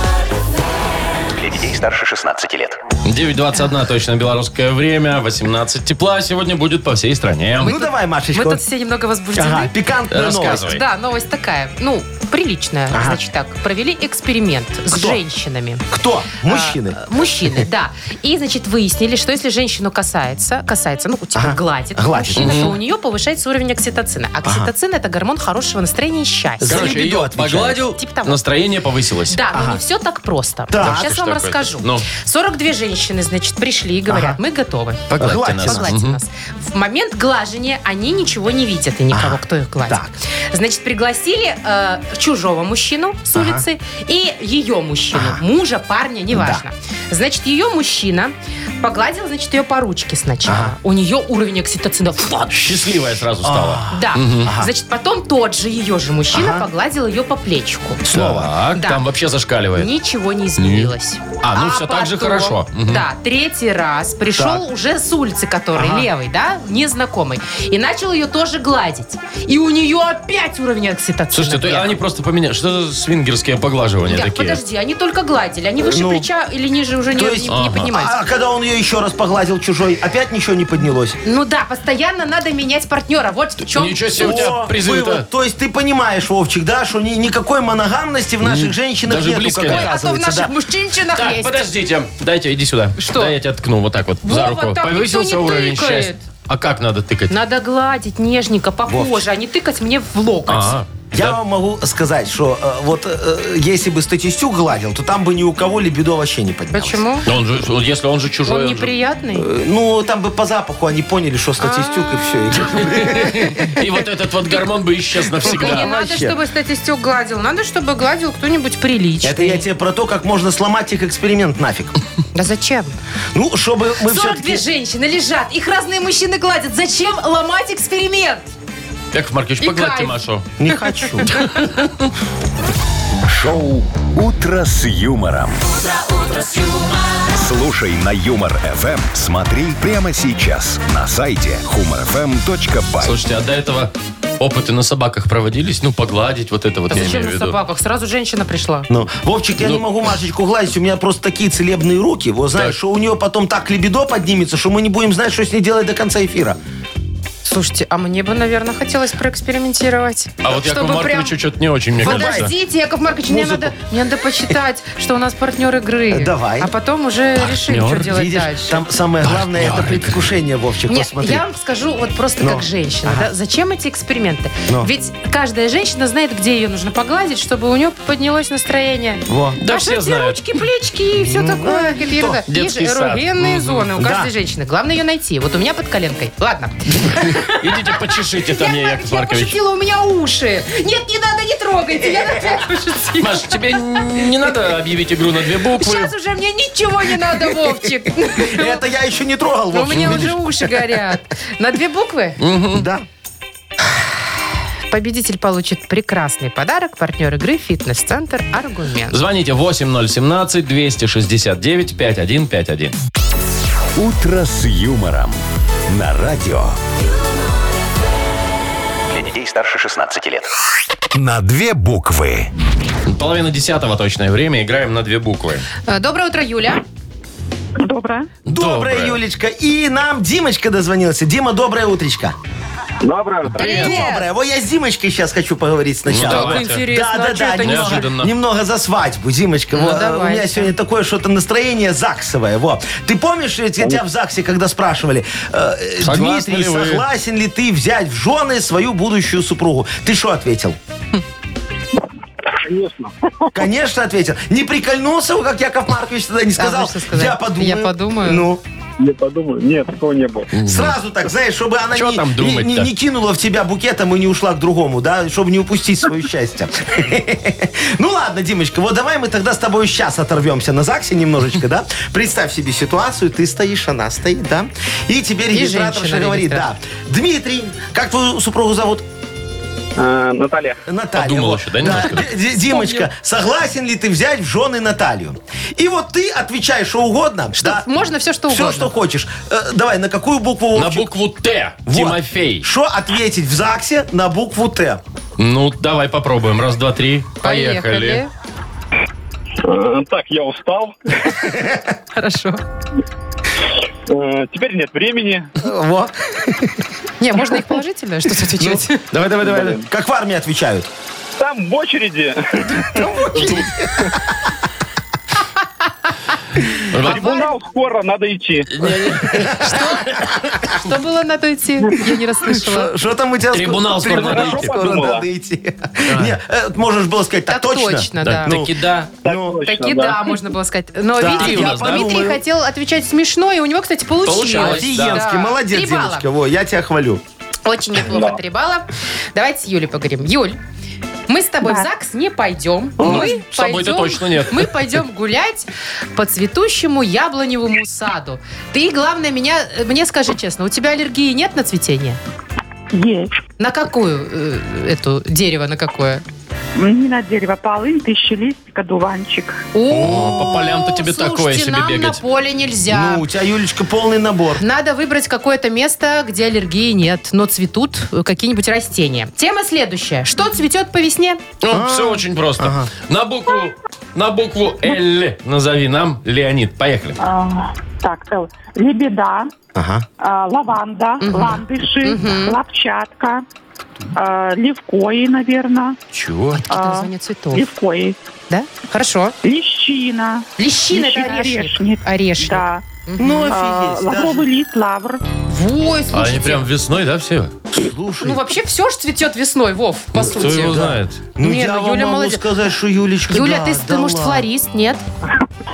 Speaker 5: Для детей старше 16 лет.
Speaker 2: 9.21 точно белорусское время, 18 тепла сегодня будет по всей стране.
Speaker 4: Ну давай,
Speaker 3: А Мы
Speaker 4: Машечка.
Speaker 3: тут
Speaker 4: вот.
Speaker 3: все немного возбуждены.
Speaker 4: Ага, пикантная новость.
Speaker 2: Рассказывай.
Speaker 3: Да, новость такая. Ну, приличная. Значит так, провели эксперимент с
Speaker 4: Кто?
Speaker 3: женщинами.
Speaker 4: Кто? Мужчины.
Speaker 3: А, Мужчины, [LAUGHS] да. И, значит, выяснили, что если женщину касается, касается, ну, типа
Speaker 4: Ага.
Speaker 3: гладит,
Speaker 4: Гладит.
Speaker 3: мужчина, то у нее повышается уровень окситоцина. Окситоцин это гормон хорошего настроения и счастья.
Speaker 4: За
Speaker 2: Короче,
Speaker 4: либидо
Speaker 2: ее
Speaker 4: отвечает.
Speaker 2: погладил,
Speaker 3: Типа того.
Speaker 2: настроение повысилось.
Speaker 3: Да, но не все так просто.
Speaker 4: Так.
Speaker 3: Сейчас
Speaker 2: Что ж
Speaker 3: вам
Speaker 2: такое-то?
Speaker 3: расскажу.
Speaker 2: Ну.
Speaker 3: 42 женщины, значит, пришли и говорят, мы готовы.
Speaker 2: Погладьте
Speaker 4: Гладьте
Speaker 2: нас.
Speaker 3: Погладьте
Speaker 2: Мгм.
Speaker 3: нас. В момент глажения они ничего не видят и никого, кто их гладит.
Speaker 4: так.
Speaker 3: Значит, пригласили э, чужого мужчину с улицы и ее мужчину, мужа, парня, неважно. Значит, ее мужчина Погладил, значит, ее по ручке сначала. У нее уровень окситоцина. Вот.
Speaker 2: Счастливая сразу стала.
Speaker 3: Да. Значит, потом тот же ее же мужчина погладил ее по плечику.
Speaker 2: Снова.
Speaker 3: Да.
Speaker 2: Там вообще зашкаливает.
Speaker 3: Ничего не изменилось.
Speaker 2: А, ну всё так же хорошо. Мгм.
Speaker 3: Да, третий раз пришел уже с улицы, который левый, да, незнакомый. И начал ее тоже гладить. И у нее опять уровень окситоцина.
Speaker 2: Слушайте, а то
Speaker 3: поехал.
Speaker 2: они просто поменяли. Что за свингерские поглаживания
Speaker 3: Да,
Speaker 2: такие? Ну,
Speaker 3: подожди, они только гладили. Они выше плеча или ниже уже не,
Speaker 4: то есть-
Speaker 3: не- не
Speaker 2: Ага.
Speaker 3: поднимались.
Speaker 4: А когда он ее еще раз погладил чужой, опять ничего не поднялось?
Speaker 3: Ну да, постоянно надо менять партнера. Вот в чем
Speaker 2: Ничего себе у тебя
Speaker 4: О,
Speaker 2: призыв-то.
Speaker 4: вывод. То есть ты понимаешь, Вовчик, да, что ни- никакой моногамности в наших женщинах
Speaker 2: даже
Speaker 4: нету,
Speaker 2: близко
Speaker 4: как
Speaker 2: нет.
Speaker 3: Ой, а то в
Speaker 4: оказывается,
Speaker 3: наших
Speaker 4: да.
Speaker 3: мужчинчинах
Speaker 2: Так,
Speaker 3: есть.
Speaker 2: подождите. Дайте, иди сюда.
Speaker 3: Что?
Speaker 2: Да, я тебя ткну вот так вот за
Speaker 3: Вова,
Speaker 2: руку.
Speaker 3: там
Speaker 2: Повысился
Speaker 3: никто не
Speaker 2: уровень
Speaker 3: тыкает.
Speaker 2: счастья. А как надо тыкать?
Speaker 3: Надо гладить нежненько по коже, а не тыкать мне в локоть.
Speaker 2: А,
Speaker 4: Я
Speaker 2: да.
Speaker 4: вам могу сказать, что э, вот э, если бы статистюк гладил, то там бы ни у кого либидо вообще не поднялось.
Speaker 3: Почему?
Speaker 2: Но он же- он- если он же чужой,
Speaker 3: Он
Speaker 2: он же-
Speaker 3: неприятный?
Speaker 4: Э, Ну, там бы по запаху они поняли, что статистюк и
Speaker 2: А.
Speaker 4: все.
Speaker 2: [LAUGHS] и вот этот вот гормон бы исчез
Speaker 3: Да не
Speaker 2: навсегда.
Speaker 3: надо,
Speaker 4: вообще.
Speaker 3: чтобы статистик гладил. Надо, чтобы гладил кто-нибудь приличный.
Speaker 4: Это я тебе про то, как можно сломать их эксперимент нафиг.
Speaker 3: Да зачем?
Speaker 4: Ну, чтобы мы
Speaker 3: 42
Speaker 4: все-таки...
Speaker 3: женщины лежат, их разные мужчины гладят. Зачем ломать эксперимент?
Speaker 2: Яков Маркович,
Speaker 3: И
Speaker 2: погладьте
Speaker 3: кайф.
Speaker 2: Машу.
Speaker 4: Не хочу.
Speaker 2: [LAUGHS]
Speaker 1: Шоу «Утро с юмором». Слушай на Юмор ФМ, смотри прямо сейчас на сайте humorfm.by.
Speaker 2: Слушайте, а до этого опыты на собаках проводились? Ну, погладить вот это вот,
Speaker 3: А
Speaker 2: я
Speaker 3: зачем
Speaker 2: имею в
Speaker 3: на
Speaker 2: виду.
Speaker 3: собаках? Сразу женщина пришла.
Speaker 4: Ну, Вовчик, я не могу Машечку гладить, у меня просто такие целебные руки. Вот знаешь,
Speaker 2: Так.
Speaker 4: что у нее потом так лебедо поднимется, что мы не будем знать, что с ней делать до конца эфира.
Speaker 3: Слушайте, а мне бы, наверное, хотелось проэкспериментировать.
Speaker 2: А вот Якову
Speaker 3: Чтобы прям-
Speaker 2: Марковичу что-то не очень, мне кажется.
Speaker 3: Подождите, Яков Маркович, мне
Speaker 4: Музыку.
Speaker 3: надо, мне надо почитать, что у нас партнер игры.
Speaker 4: Давай.
Speaker 3: А потом уже решим, что делать
Speaker 4: Видишь,
Speaker 3: дальше.
Speaker 4: там самое главное это предвкушение, Вовчик.
Speaker 3: Нет,
Speaker 4: вот смотри.
Speaker 3: я вам скажу вот просто
Speaker 4: Но.
Speaker 3: как женщина. да, зачем эти эксперименты?
Speaker 4: Но.
Speaker 3: Ведь каждая женщина знает, где ее нужно погладить, чтобы у нее поднялось настроение.
Speaker 4: Во. Ну,
Speaker 2: Да
Speaker 3: а
Speaker 2: все
Speaker 3: что эти
Speaker 2: знают.
Speaker 3: ручки, плечки и все такое. какая-то ерунда. Есть
Speaker 2: Детский сад.
Speaker 3: эрогенные зоны у
Speaker 4: Да.
Speaker 3: каждой женщины. Главное ее найти. Вот у меня под коленкой. Ладно.
Speaker 2: Идите почешите там, я, Яков
Speaker 3: я
Speaker 2: Маркович.
Speaker 3: пошутила, у меня уши. Нет, не надо, не трогайте. Я
Speaker 2: [LAUGHS]
Speaker 3: опять пошутила.
Speaker 2: Маш, тебе не надо объявить игру на две буквы.
Speaker 3: Сейчас уже мне ничего не надо, Вовчик.
Speaker 4: Это я еще не трогал,
Speaker 3: У
Speaker 4: Вовчик.
Speaker 3: меня
Speaker 4: видишь?
Speaker 3: уже уши горят. На две буквы?
Speaker 4: Да.
Speaker 3: Победитель получит прекрасный подарок. Партнер игры «Фитнес-центр Аргумент».
Speaker 2: Звоните 8017-269-5151.
Speaker 1: «Утро с юмором» на радио.
Speaker 5: Для детей старше 16 лет.
Speaker 1: На две буквы.
Speaker 2: Половина десятого точное время, играем на две буквы.
Speaker 3: Э, Доброе утро, Юля.
Speaker 7: Доброе.
Speaker 4: Доброе, Юлечка. И нам Димочка дозвонился. Дима, доброе утречко.
Speaker 6: Доброе утро.
Speaker 4: Доброе. Вот я с Димочкой сейчас хочу поговорить сначала.
Speaker 2: давай. Давайте.
Speaker 3: интересно.
Speaker 4: да,
Speaker 3: а чё
Speaker 4: да, да,
Speaker 3: это не
Speaker 2: неожиданно.
Speaker 3: знаю?
Speaker 4: немного, немного за свадьбу, Димочка.
Speaker 3: Ну,
Speaker 4: Во, э, у
Speaker 3: давайте.
Speaker 4: меня сегодня такое что-то настроение ЗАГСовое. Во. Ты помнишь, я тебя в ЗАГСе, когда спрашивали, э, э,
Speaker 2: Согласны
Speaker 4: Дмитрий,
Speaker 2: ли вы?
Speaker 4: согласен ли ты взять в жены свою будущую супругу? Ты что ответил?
Speaker 6: Конечно.
Speaker 4: Конечно, ответил. Не прикольнулся, как Яков Маркович тогда не сказал.
Speaker 3: А, что сказать?
Speaker 4: Я подумаю.
Speaker 3: Я подумаю.
Speaker 4: Ну,
Speaker 6: Не подумаю. Нет, такого не было.
Speaker 4: сразу так, знаешь, чтобы она
Speaker 2: Чё
Speaker 4: не,
Speaker 2: там
Speaker 4: не-
Speaker 2: думать-то?
Speaker 4: не- не кинула в тебя букетом и не ушла к другому, да, чтобы не упустить свое счастье. [LAUGHS] Ну ладно, Димочка, вот давай мы тогда с тобой сейчас оторвемся на ЗАГСе немножечко, да? Представь себе ситуацию, ты стоишь, она стоит, да? И тебе регистраторша
Speaker 3: женщина
Speaker 4: говорит, да, Дмитрий, как твою супругу зовут?
Speaker 6: А, Наталья.
Speaker 4: Наталья.
Speaker 2: Подумала
Speaker 4: вот.
Speaker 2: еще, да, немножко?
Speaker 4: Д- Д- Димочка, согласен ли ты взять в жены Наталью? И вот ты отвечаешь что угодно. да?
Speaker 3: Можно все, что
Speaker 4: Все,
Speaker 3: угодно.
Speaker 4: что хочешь. Э, давай, на какую букву?
Speaker 2: На
Speaker 4: Вовчик?
Speaker 2: букву Т.
Speaker 4: Вот.
Speaker 2: Тимофей.
Speaker 4: Что ответить в ЗАГСе на букву Т?
Speaker 2: Ну, давай попробуем. Раз, два, три. Поехали.
Speaker 6: А, так, я устал.
Speaker 3: Хорошо.
Speaker 6: А, теперь нет времени.
Speaker 4: Вот.
Speaker 3: Не, можно их положительное что-то отвечать?
Speaker 4: Давай, давай, давай. Как в армии отвечают.
Speaker 6: Там в очереди.
Speaker 4: А
Speaker 6: Трибунал скоро, надо идти.
Speaker 3: Что было надо идти? Я не расслышала.
Speaker 4: Что там у тебя?
Speaker 2: Трибунал скоро надо
Speaker 6: идти.
Speaker 4: скоро
Speaker 6: Подумала.
Speaker 4: надо идти. Не, э, можешь было сказать, так
Speaker 3: Так
Speaker 4: точно.
Speaker 3: точно, да.
Speaker 2: Таки да.
Speaker 6: Так
Speaker 4: Ну,
Speaker 6: точно,
Speaker 3: Таки да, можно было сказать. Но
Speaker 4: Да,
Speaker 3: видите,
Speaker 2: я
Speaker 3: Дмитрий
Speaker 4: подумаю.
Speaker 3: хотел отвечать смешно, и у него, кстати, получилось.
Speaker 2: Получалось.
Speaker 4: Офигенски,
Speaker 3: Да.
Speaker 4: молодец,
Speaker 3: Три балла.
Speaker 4: девочка. Во, я тебя хвалю.
Speaker 3: Очень неплохо, три балла. Давайте с Юлей поговорим. Юль, Мы с тобой
Speaker 7: Да.
Speaker 3: в ЗАГС не пойдем.
Speaker 2: Ну,
Speaker 3: мы
Speaker 2: с собой-то
Speaker 3: пойдем-
Speaker 2: точно нет.
Speaker 3: Мы пойдем гулять по цветущему яблоневому саду. Ты, главное, меня, мне скажи честно, у тебя аллергии нет на цветение?
Speaker 7: Есть.
Speaker 3: На какую э, эту дерево, на какое?
Speaker 7: Не на дерево, полынь, тысячелистник, одуванчик.
Speaker 2: О, по полям-то тебе
Speaker 3: слушайте,
Speaker 2: такое себе
Speaker 3: нам
Speaker 2: бегать.
Speaker 3: на поле нельзя.
Speaker 4: Ну, у тебя, Юлечка, полный набор.
Speaker 3: Надо выбрать какое-то место, где аллергии нет, но цветут э, какие-нибудь растения. Тема следующая. Что цветет по весне?
Speaker 2: все Ну, очень просто.
Speaker 4: А. Ага.
Speaker 2: На букву, на букву Л назови нам Леонид. Поехали.
Speaker 7: А, так, э, лебеда,
Speaker 4: Ага.
Speaker 7: а, лаванда, ландыши,
Speaker 3: Мгм.
Speaker 7: лапчатка, а, левкои, наверное.
Speaker 4: Чего?
Speaker 3: Какие-то
Speaker 7: А,
Speaker 3: названия цветов.
Speaker 7: Левкои.
Speaker 3: Да? Хорошо.
Speaker 7: Лещина.
Speaker 3: Лещина это
Speaker 7: Лещина,
Speaker 3: орешник.
Speaker 7: орешник.
Speaker 3: Орешник.
Speaker 7: Да.
Speaker 4: Ну,
Speaker 7: А,
Speaker 4: офигеть.
Speaker 7: лавровый
Speaker 4: даже-
Speaker 7: лист, лавр.
Speaker 3: Ой,
Speaker 7: [LAUGHS]
Speaker 2: А они
Speaker 3: слушайте.
Speaker 2: прям весной, да, все?
Speaker 4: Слушай,
Speaker 3: Ну,
Speaker 4: ну,
Speaker 3: вообще все ж цветет весной, Вов, по
Speaker 2: Кто
Speaker 3: сути.
Speaker 2: его знает?
Speaker 3: не,
Speaker 4: я
Speaker 3: ну,
Speaker 4: вам
Speaker 3: Юля
Speaker 4: могу
Speaker 3: молодец.
Speaker 4: сказать, что Юлечка,
Speaker 3: Юля,
Speaker 4: да,
Speaker 3: ты, ты, может,
Speaker 4: дала.
Speaker 3: флорист, нет?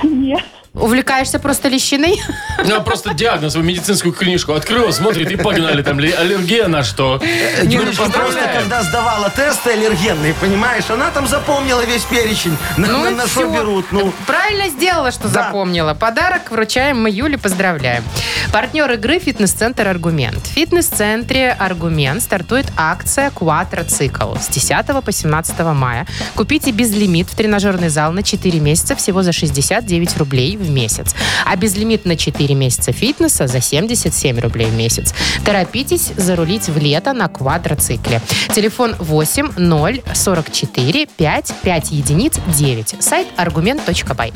Speaker 7: Нет.
Speaker 3: Увлекаешься просто лещиной?
Speaker 2: Ну, а просто диагноз, вы медицинскую книжку открыл, смотрит и погнали там. ли- Аллергия на что?
Speaker 4: Э, Юлечка
Speaker 2: ну,
Speaker 4: просто,
Speaker 2: поздравляем.
Speaker 4: когда сдавала тесты аллергенные, понимаешь, она там запомнила весь перечень, на,
Speaker 3: [LAUGHS]
Speaker 4: Ну, на-
Speaker 3: и
Speaker 4: на что
Speaker 3: всё.
Speaker 4: берут. Ну,
Speaker 3: Правильно сделала, что
Speaker 4: Да.
Speaker 3: запомнила. Подарок вручаем мы Юле, поздравляем. Партнер игры «Фитнес-центр Аргумент». В «Фитнес-центре Аргумент» стартует акция «Кватроцикл» с 10 по 17 мая. Купите безлимит в тренажерный зал на 4 месяца всего за 69 рублей в месяц. А безлимит на 4 месяца фитнеса за 77 рублей в месяц. Торопитесь зарулить в лето на квадроцикле. Телефон 8 0 44 5 5 единиц 9. Сайт аргумент.бай.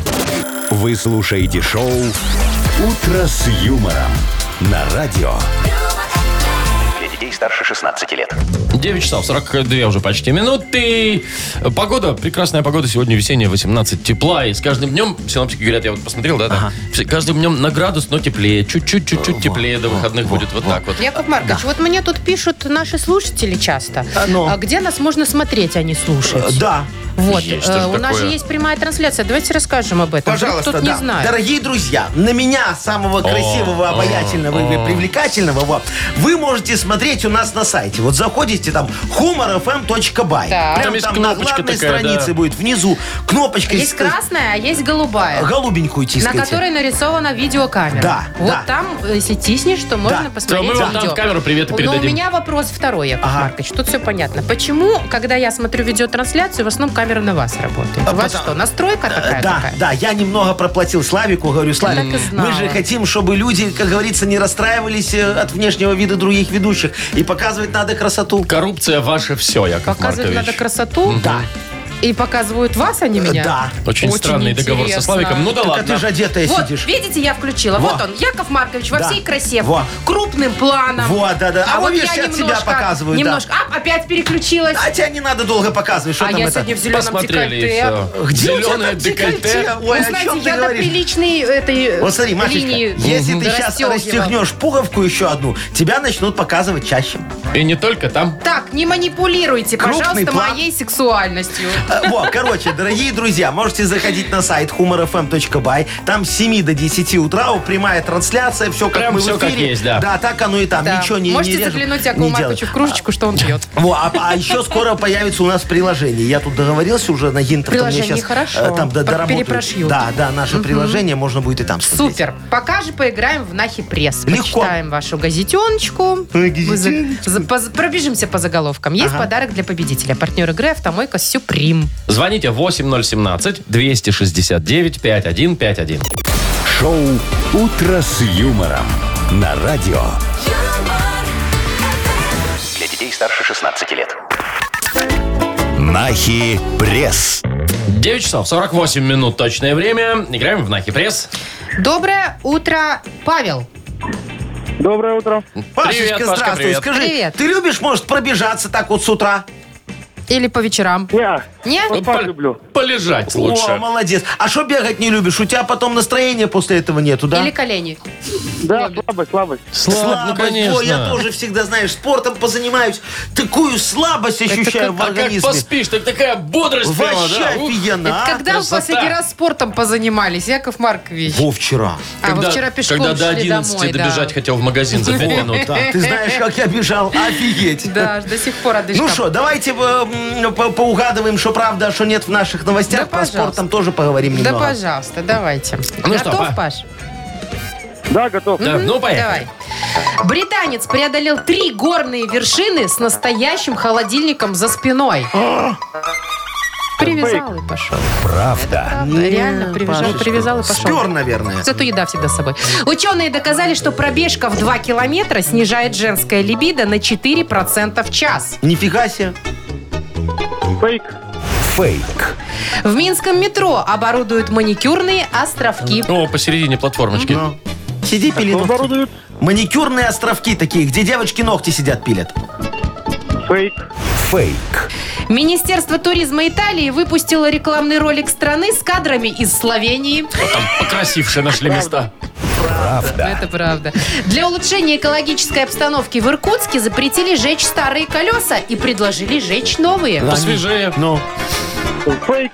Speaker 1: Вы слушаете шоу «Утро с юмором» на радио.
Speaker 5: Для детей старше 16 лет.
Speaker 2: 9 часов 42 уже почти минуты. Погода, прекрасная погода. Сегодня весенняя, 18 тепла. И с каждым днем, синоптики говорят, я вот посмотрел, да, да. С каждым днем на градус, но теплее. Чуть-чуть, чуть-чуть теплее до выходных будет. Вот так вот.
Speaker 3: Яков Маркович, вот мне тут пишут наши слушатели часто,
Speaker 4: А ну?
Speaker 3: а где нас можно смотреть, а не
Speaker 4: э,
Speaker 3: слушать.
Speaker 4: да,
Speaker 3: Вот,
Speaker 2: Есть
Speaker 3: э,
Speaker 2: тоже
Speaker 3: у нас
Speaker 2: такое.
Speaker 3: же есть прямая трансляция. Давайте расскажем об этом. Вдруг
Speaker 4: пожалуйста,
Speaker 3: кто-то
Speaker 4: да.
Speaker 3: не знает.
Speaker 4: Дорогие друзья, на меня, самого красивого, обаятельного и привлекательного, вот, вы можете смотреть у нас на сайте. Вот заходите там humorfm.by.
Speaker 3: Так.
Speaker 4: Прям
Speaker 2: Там есть
Speaker 4: там на
Speaker 2: кнопочка
Speaker 4: главной
Speaker 2: такая,
Speaker 4: странице
Speaker 2: да.
Speaker 4: будет внизу кнопочка.
Speaker 3: Есть
Speaker 4: с-
Speaker 3: красная, а есть голубая.
Speaker 4: Голубенькую
Speaker 3: На
Speaker 4: тискайте.
Speaker 3: которой нарисована видеокамера.
Speaker 4: Да,
Speaker 3: Вот
Speaker 4: да.
Speaker 3: там, э, если тиснешь, то можно
Speaker 4: Да.
Speaker 3: посмотреть
Speaker 2: Да, мы вам
Speaker 3: видео.
Speaker 2: там в камеру привет и
Speaker 3: Но у
Speaker 2: передадим.
Speaker 3: меня вопрос второй, Яков
Speaker 4: Ага.
Speaker 3: Маркович. Тут все понятно. Почему, когда я смотрю видеотрансляцию, в основном камера на вас работает?
Speaker 4: А
Speaker 3: у вас
Speaker 4: потому-
Speaker 3: что, настройка такая?
Speaker 4: Да,
Speaker 3: какая?
Speaker 4: да, я немного проплатил Славику, говорю, Славик,
Speaker 3: Так и знала.
Speaker 4: мы же хотим, чтобы люди, как говорится, не расстраивались э, от внешнего вида других ведущих. И показывать надо красоту.
Speaker 2: Коррупция ваше все, Яков
Speaker 3: Показывать
Speaker 2: Маркович.
Speaker 3: надо красоту.
Speaker 4: Да.
Speaker 3: И показывают вас, а не меня?
Speaker 4: Э, Да.
Speaker 2: Очень,
Speaker 3: Очень
Speaker 2: странный договор со
Speaker 3: интересно.
Speaker 2: Славиком. Ну да
Speaker 4: Так а
Speaker 2: ладно.
Speaker 4: ты же одетая
Speaker 3: Вот,
Speaker 4: сидишь.
Speaker 3: видите, я включила.
Speaker 4: Во.
Speaker 3: Вот он, Яков Маркович, во
Speaker 4: Да.
Speaker 3: всей красе.
Speaker 4: Во.
Speaker 3: Крупным планом.
Speaker 4: Вот, да, да. А вот видишь,
Speaker 3: я
Speaker 4: сейчас тебя
Speaker 3: немножко-
Speaker 4: показывают, да.
Speaker 3: Немножко, ап, опять переключилась.
Speaker 4: А тебя не надо долго показывать, что
Speaker 3: А
Speaker 4: там
Speaker 3: я
Speaker 4: это.
Speaker 3: сегодня в зеленом
Speaker 2: Посмотрели и
Speaker 3: декольте.
Speaker 2: все.
Speaker 4: а? Где у тебя
Speaker 2: Зеленое
Speaker 4: там декольте?
Speaker 2: декольте.
Speaker 4: Ой,
Speaker 3: ну,
Speaker 4: о
Speaker 3: знаете,
Speaker 4: чем ты
Speaker 3: я на
Speaker 4: говоришь?
Speaker 3: приличной этой
Speaker 4: Вот смотри, Машечка,
Speaker 3: линии
Speaker 4: если ты сейчас
Speaker 3: расстегивала.
Speaker 4: расстегнешь пуговку еще одну, тебя начнут показывать чаще.
Speaker 2: И не только там.
Speaker 3: Так, не манипулируйте,
Speaker 4: Крупный
Speaker 3: пожалуйста,
Speaker 4: план.
Speaker 3: моей сексуальностью.
Speaker 4: Э, Во, короче, дорогие друзья, можете заходить на сайт humorfm.by. Там с 7 до 10 утра прямая трансляция, все как
Speaker 2: Прям
Speaker 4: мы
Speaker 2: всё
Speaker 4: в эфире.
Speaker 2: как есть, да.
Speaker 4: Да, так оно и там,
Speaker 3: Да.
Speaker 4: ничего не
Speaker 3: Можете
Speaker 4: не режем,
Speaker 3: заглянуть Якову
Speaker 4: не
Speaker 3: Марковичу в
Speaker 4: делаем.
Speaker 3: кружечку, что он пьет.
Speaker 4: Во, а, а еще скоро появится у нас приложение. Я тут договорился уже на Гинтер.
Speaker 3: Приложение хорошо.
Speaker 4: э, Там да,
Speaker 3: Под-
Speaker 4: доработают.
Speaker 3: перепрошьют.
Speaker 4: Да, да, наше приложение можно будет и там смотреть.
Speaker 3: Супер. Пока же поиграем в Нахи Пресс.
Speaker 4: Легко.
Speaker 3: Почитаем вашу газетеночку.
Speaker 2: Э,
Speaker 4: Ой,
Speaker 3: Мы за-
Speaker 4: газетеночку.
Speaker 3: за- поз- пробежимся по заголовкам. Есть подарок для победителя. Партнер игры «Автомойка Сюприм».
Speaker 2: Звоните 8017-269-5151.
Speaker 1: Шоу «Утро с юмором» на радио.
Speaker 5: Для детей старше 16 лет.
Speaker 1: Нахи пресс.
Speaker 2: 9 часов 48 минут точное время. Играем в Нахи Пресс.
Speaker 3: Доброе утро, Павел.
Speaker 6: Доброе утро.
Speaker 4: Пашечка,
Speaker 2: Пашка,
Speaker 4: здравствуй.
Speaker 2: привет.
Speaker 4: Скажи,
Speaker 3: Привет.
Speaker 4: ты любишь, может, пробежаться так вот с утра?
Speaker 3: Или по вечерам.
Speaker 6: Я
Speaker 3: Нет?
Speaker 2: Ну,
Speaker 6: спать
Speaker 2: пол-
Speaker 6: люблю.
Speaker 2: Полежать
Speaker 4: О,
Speaker 2: лучше.
Speaker 4: молодец. А что бегать не любишь? У тебя потом настроения после этого нету, да?
Speaker 3: Или колени.
Speaker 6: Да, слабость, слабость.
Speaker 2: Слаб, ну, конечно.
Speaker 4: Ой, я тоже всегда, знаешь, спортом позанимаюсь. Такую слабость ощущаю в
Speaker 2: А как
Speaker 4: организме.
Speaker 2: поспишь, так такая бодрость прямо,
Speaker 4: Вообще
Speaker 2: да? Ух.
Speaker 4: офигенно, а?
Speaker 3: Когда
Speaker 2: красота.
Speaker 3: вы последний раз спортом позанимались, Яков Маркович?
Speaker 4: Во, вчера.
Speaker 3: А, вы вчера пешком
Speaker 2: когда до
Speaker 3: шли
Speaker 2: 11
Speaker 3: домой, да.
Speaker 2: добежать хотел в Ну
Speaker 3: [LAUGHS]
Speaker 2: магазин за полминуты.
Speaker 4: Ты знаешь, как я бежал?
Speaker 2: [LAUGHS]
Speaker 4: Офигеть.
Speaker 3: Да, аж до сих пор одышка.
Speaker 4: Ну что, давайте э, м, по- поугадываем, что правда, а что нет в наших новостях.
Speaker 3: Да,
Speaker 4: Про спорт
Speaker 3: пожалуйста.
Speaker 4: там тоже поговорим
Speaker 3: Да,
Speaker 4: немного.
Speaker 3: пожалуйста, давайте.
Speaker 2: Ну что,
Speaker 3: Готов,
Speaker 2: па-
Speaker 3: Паш?
Speaker 6: Да, готов.
Speaker 2: [LAUGHS] Да, ну, поехали.
Speaker 3: Давай. Британец преодолел три горные вершины с настоящим холодильником за спиной. Привязал и пошел. Правда. Реально привязал, привязал и пошел.
Speaker 4: Спер, наверное.
Speaker 3: Зато еда всегда с собой. Ученые доказали, что пробежка в 2 километра снижает женское либидо на 4% в час.
Speaker 4: Нифига себе. Ну.
Speaker 6: Фейк.
Speaker 1: Фейк.
Speaker 3: В Минском метро оборудуют маникюрные островки.
Speaker 2: О, посередине платформочки.
Speaker 4: Ну. Сиди, пили ногти.
Speaker 6: Оборудуют.
Speaker 4: Маникюрные островки такие, где девочки ногти сидят, пилят.
Speaker 6: Фейк.
Speaker 1: Фейк.
Speaker 3: Министерство туризма Италии выпустило рекламный ролик страны с кадрами из Словении.
Speaker 2: Там покрасившие нашли
Speaker 4: Ну,
Speaker 2: места.
Speaker 3: Это правда. Для улучшения экологической обстановки в Иркутске запретили жечь старые колеса и предложили жечь новые.
Speaker 2: Посвежее.
Speaker 4: Ну.
Speaker 6: Фейк.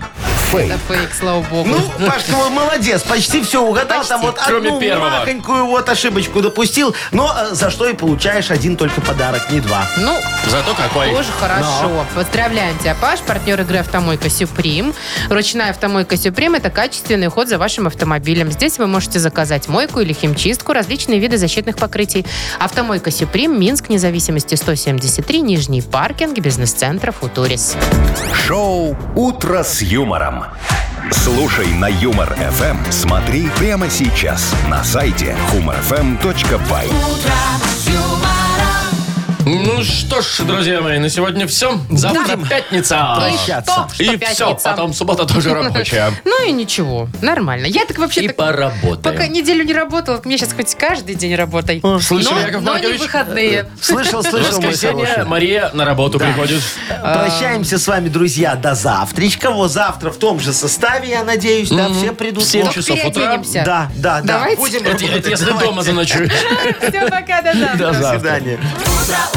Speaker 1: Фейк.
Speaker 3: Это фейк, слава богу.
Speaker 4: Ну, Пашка, ну, молодец, почти все угадал. Там вот
Speaker 2: Кроме
Speaker 4: одну
Speaker 2: первого.
Speaker 4: махонькую вот ошибочку допустил, но э, за что и получаешь один только подарок, не два.
Speaker 3: Ну,
Speaker 2: Зато какой.
Speaker 3: Тоже хорошо. Поздравляем тебя, Паш. Партнер игры «Автомойка Сюприм». Ручная «Автомойка Сюприм» — это качественный уход за вашим автомобилем. Здесь вы можете заказать мойку или химчистку, различные виды защитных покрытий. «Автомойка Сюприм», Минск, независимости 173, Нижний паркинг, бизнес-центр «Футурис».
Speaker 1: Шоу «Утро с юмором». Слушай на Юмор ФМ. Смотри прямо сейчас на сайте humorfm.by.
Speaker 2: Ну что ж, друзья мои, на сегодня все. Завтра
Speaker 4: Будем
Speaker 2: пятница.
Speaker 4: прощаться.
Speaker 3: что
Speaker 2: И все,
Speaker 3: пятница?
Speaker 2: потом суббота тоже рабочая.
Speaker 3: Ну и ничего, нормально. Я так вообще
Speaker 2: И
Speaker 3: так-
Speaker 2: поработаем.
Speaker 3: Пока неделю не работала, мне сейчас хоть каждый день работай.
Speaker 2: слышал,
Speaker 3: но,
Speaker 2: Яков
Speaker 3: но не
Speaker 2: Маркович? э,
Speaker 3: выходные.
Speaker 4: Слышал,
Speaker 2: В
Speaker 4: слышал, мой
Speaker 2: воскресенье а.
Speaker 4: хороший.
Speaker 2: Мария на работу приходит.
Speaker 4: Прощаемся с вами, друзья, до завтричка. Вот завтра в том же составе, я надеюсь, да, все придут.
Speaker 2: Семь
Speaker 4: Вот.
Speaker 2: часов. утра.
Speaker 3: переоденемся.
Speaker 4: Да, да, да.
Speaker 3: Давайте.
Speaker 4: Будем
Speaker 2: Это,
Speaker 4: работать.
Speaker 2: это если
Speaker 4: Давайте.
Speaker 2: дома заночуешь.
Speaker 3: Все, пока, до завтра.
Speaker 4: До свидания.
Speaker 9: Утро,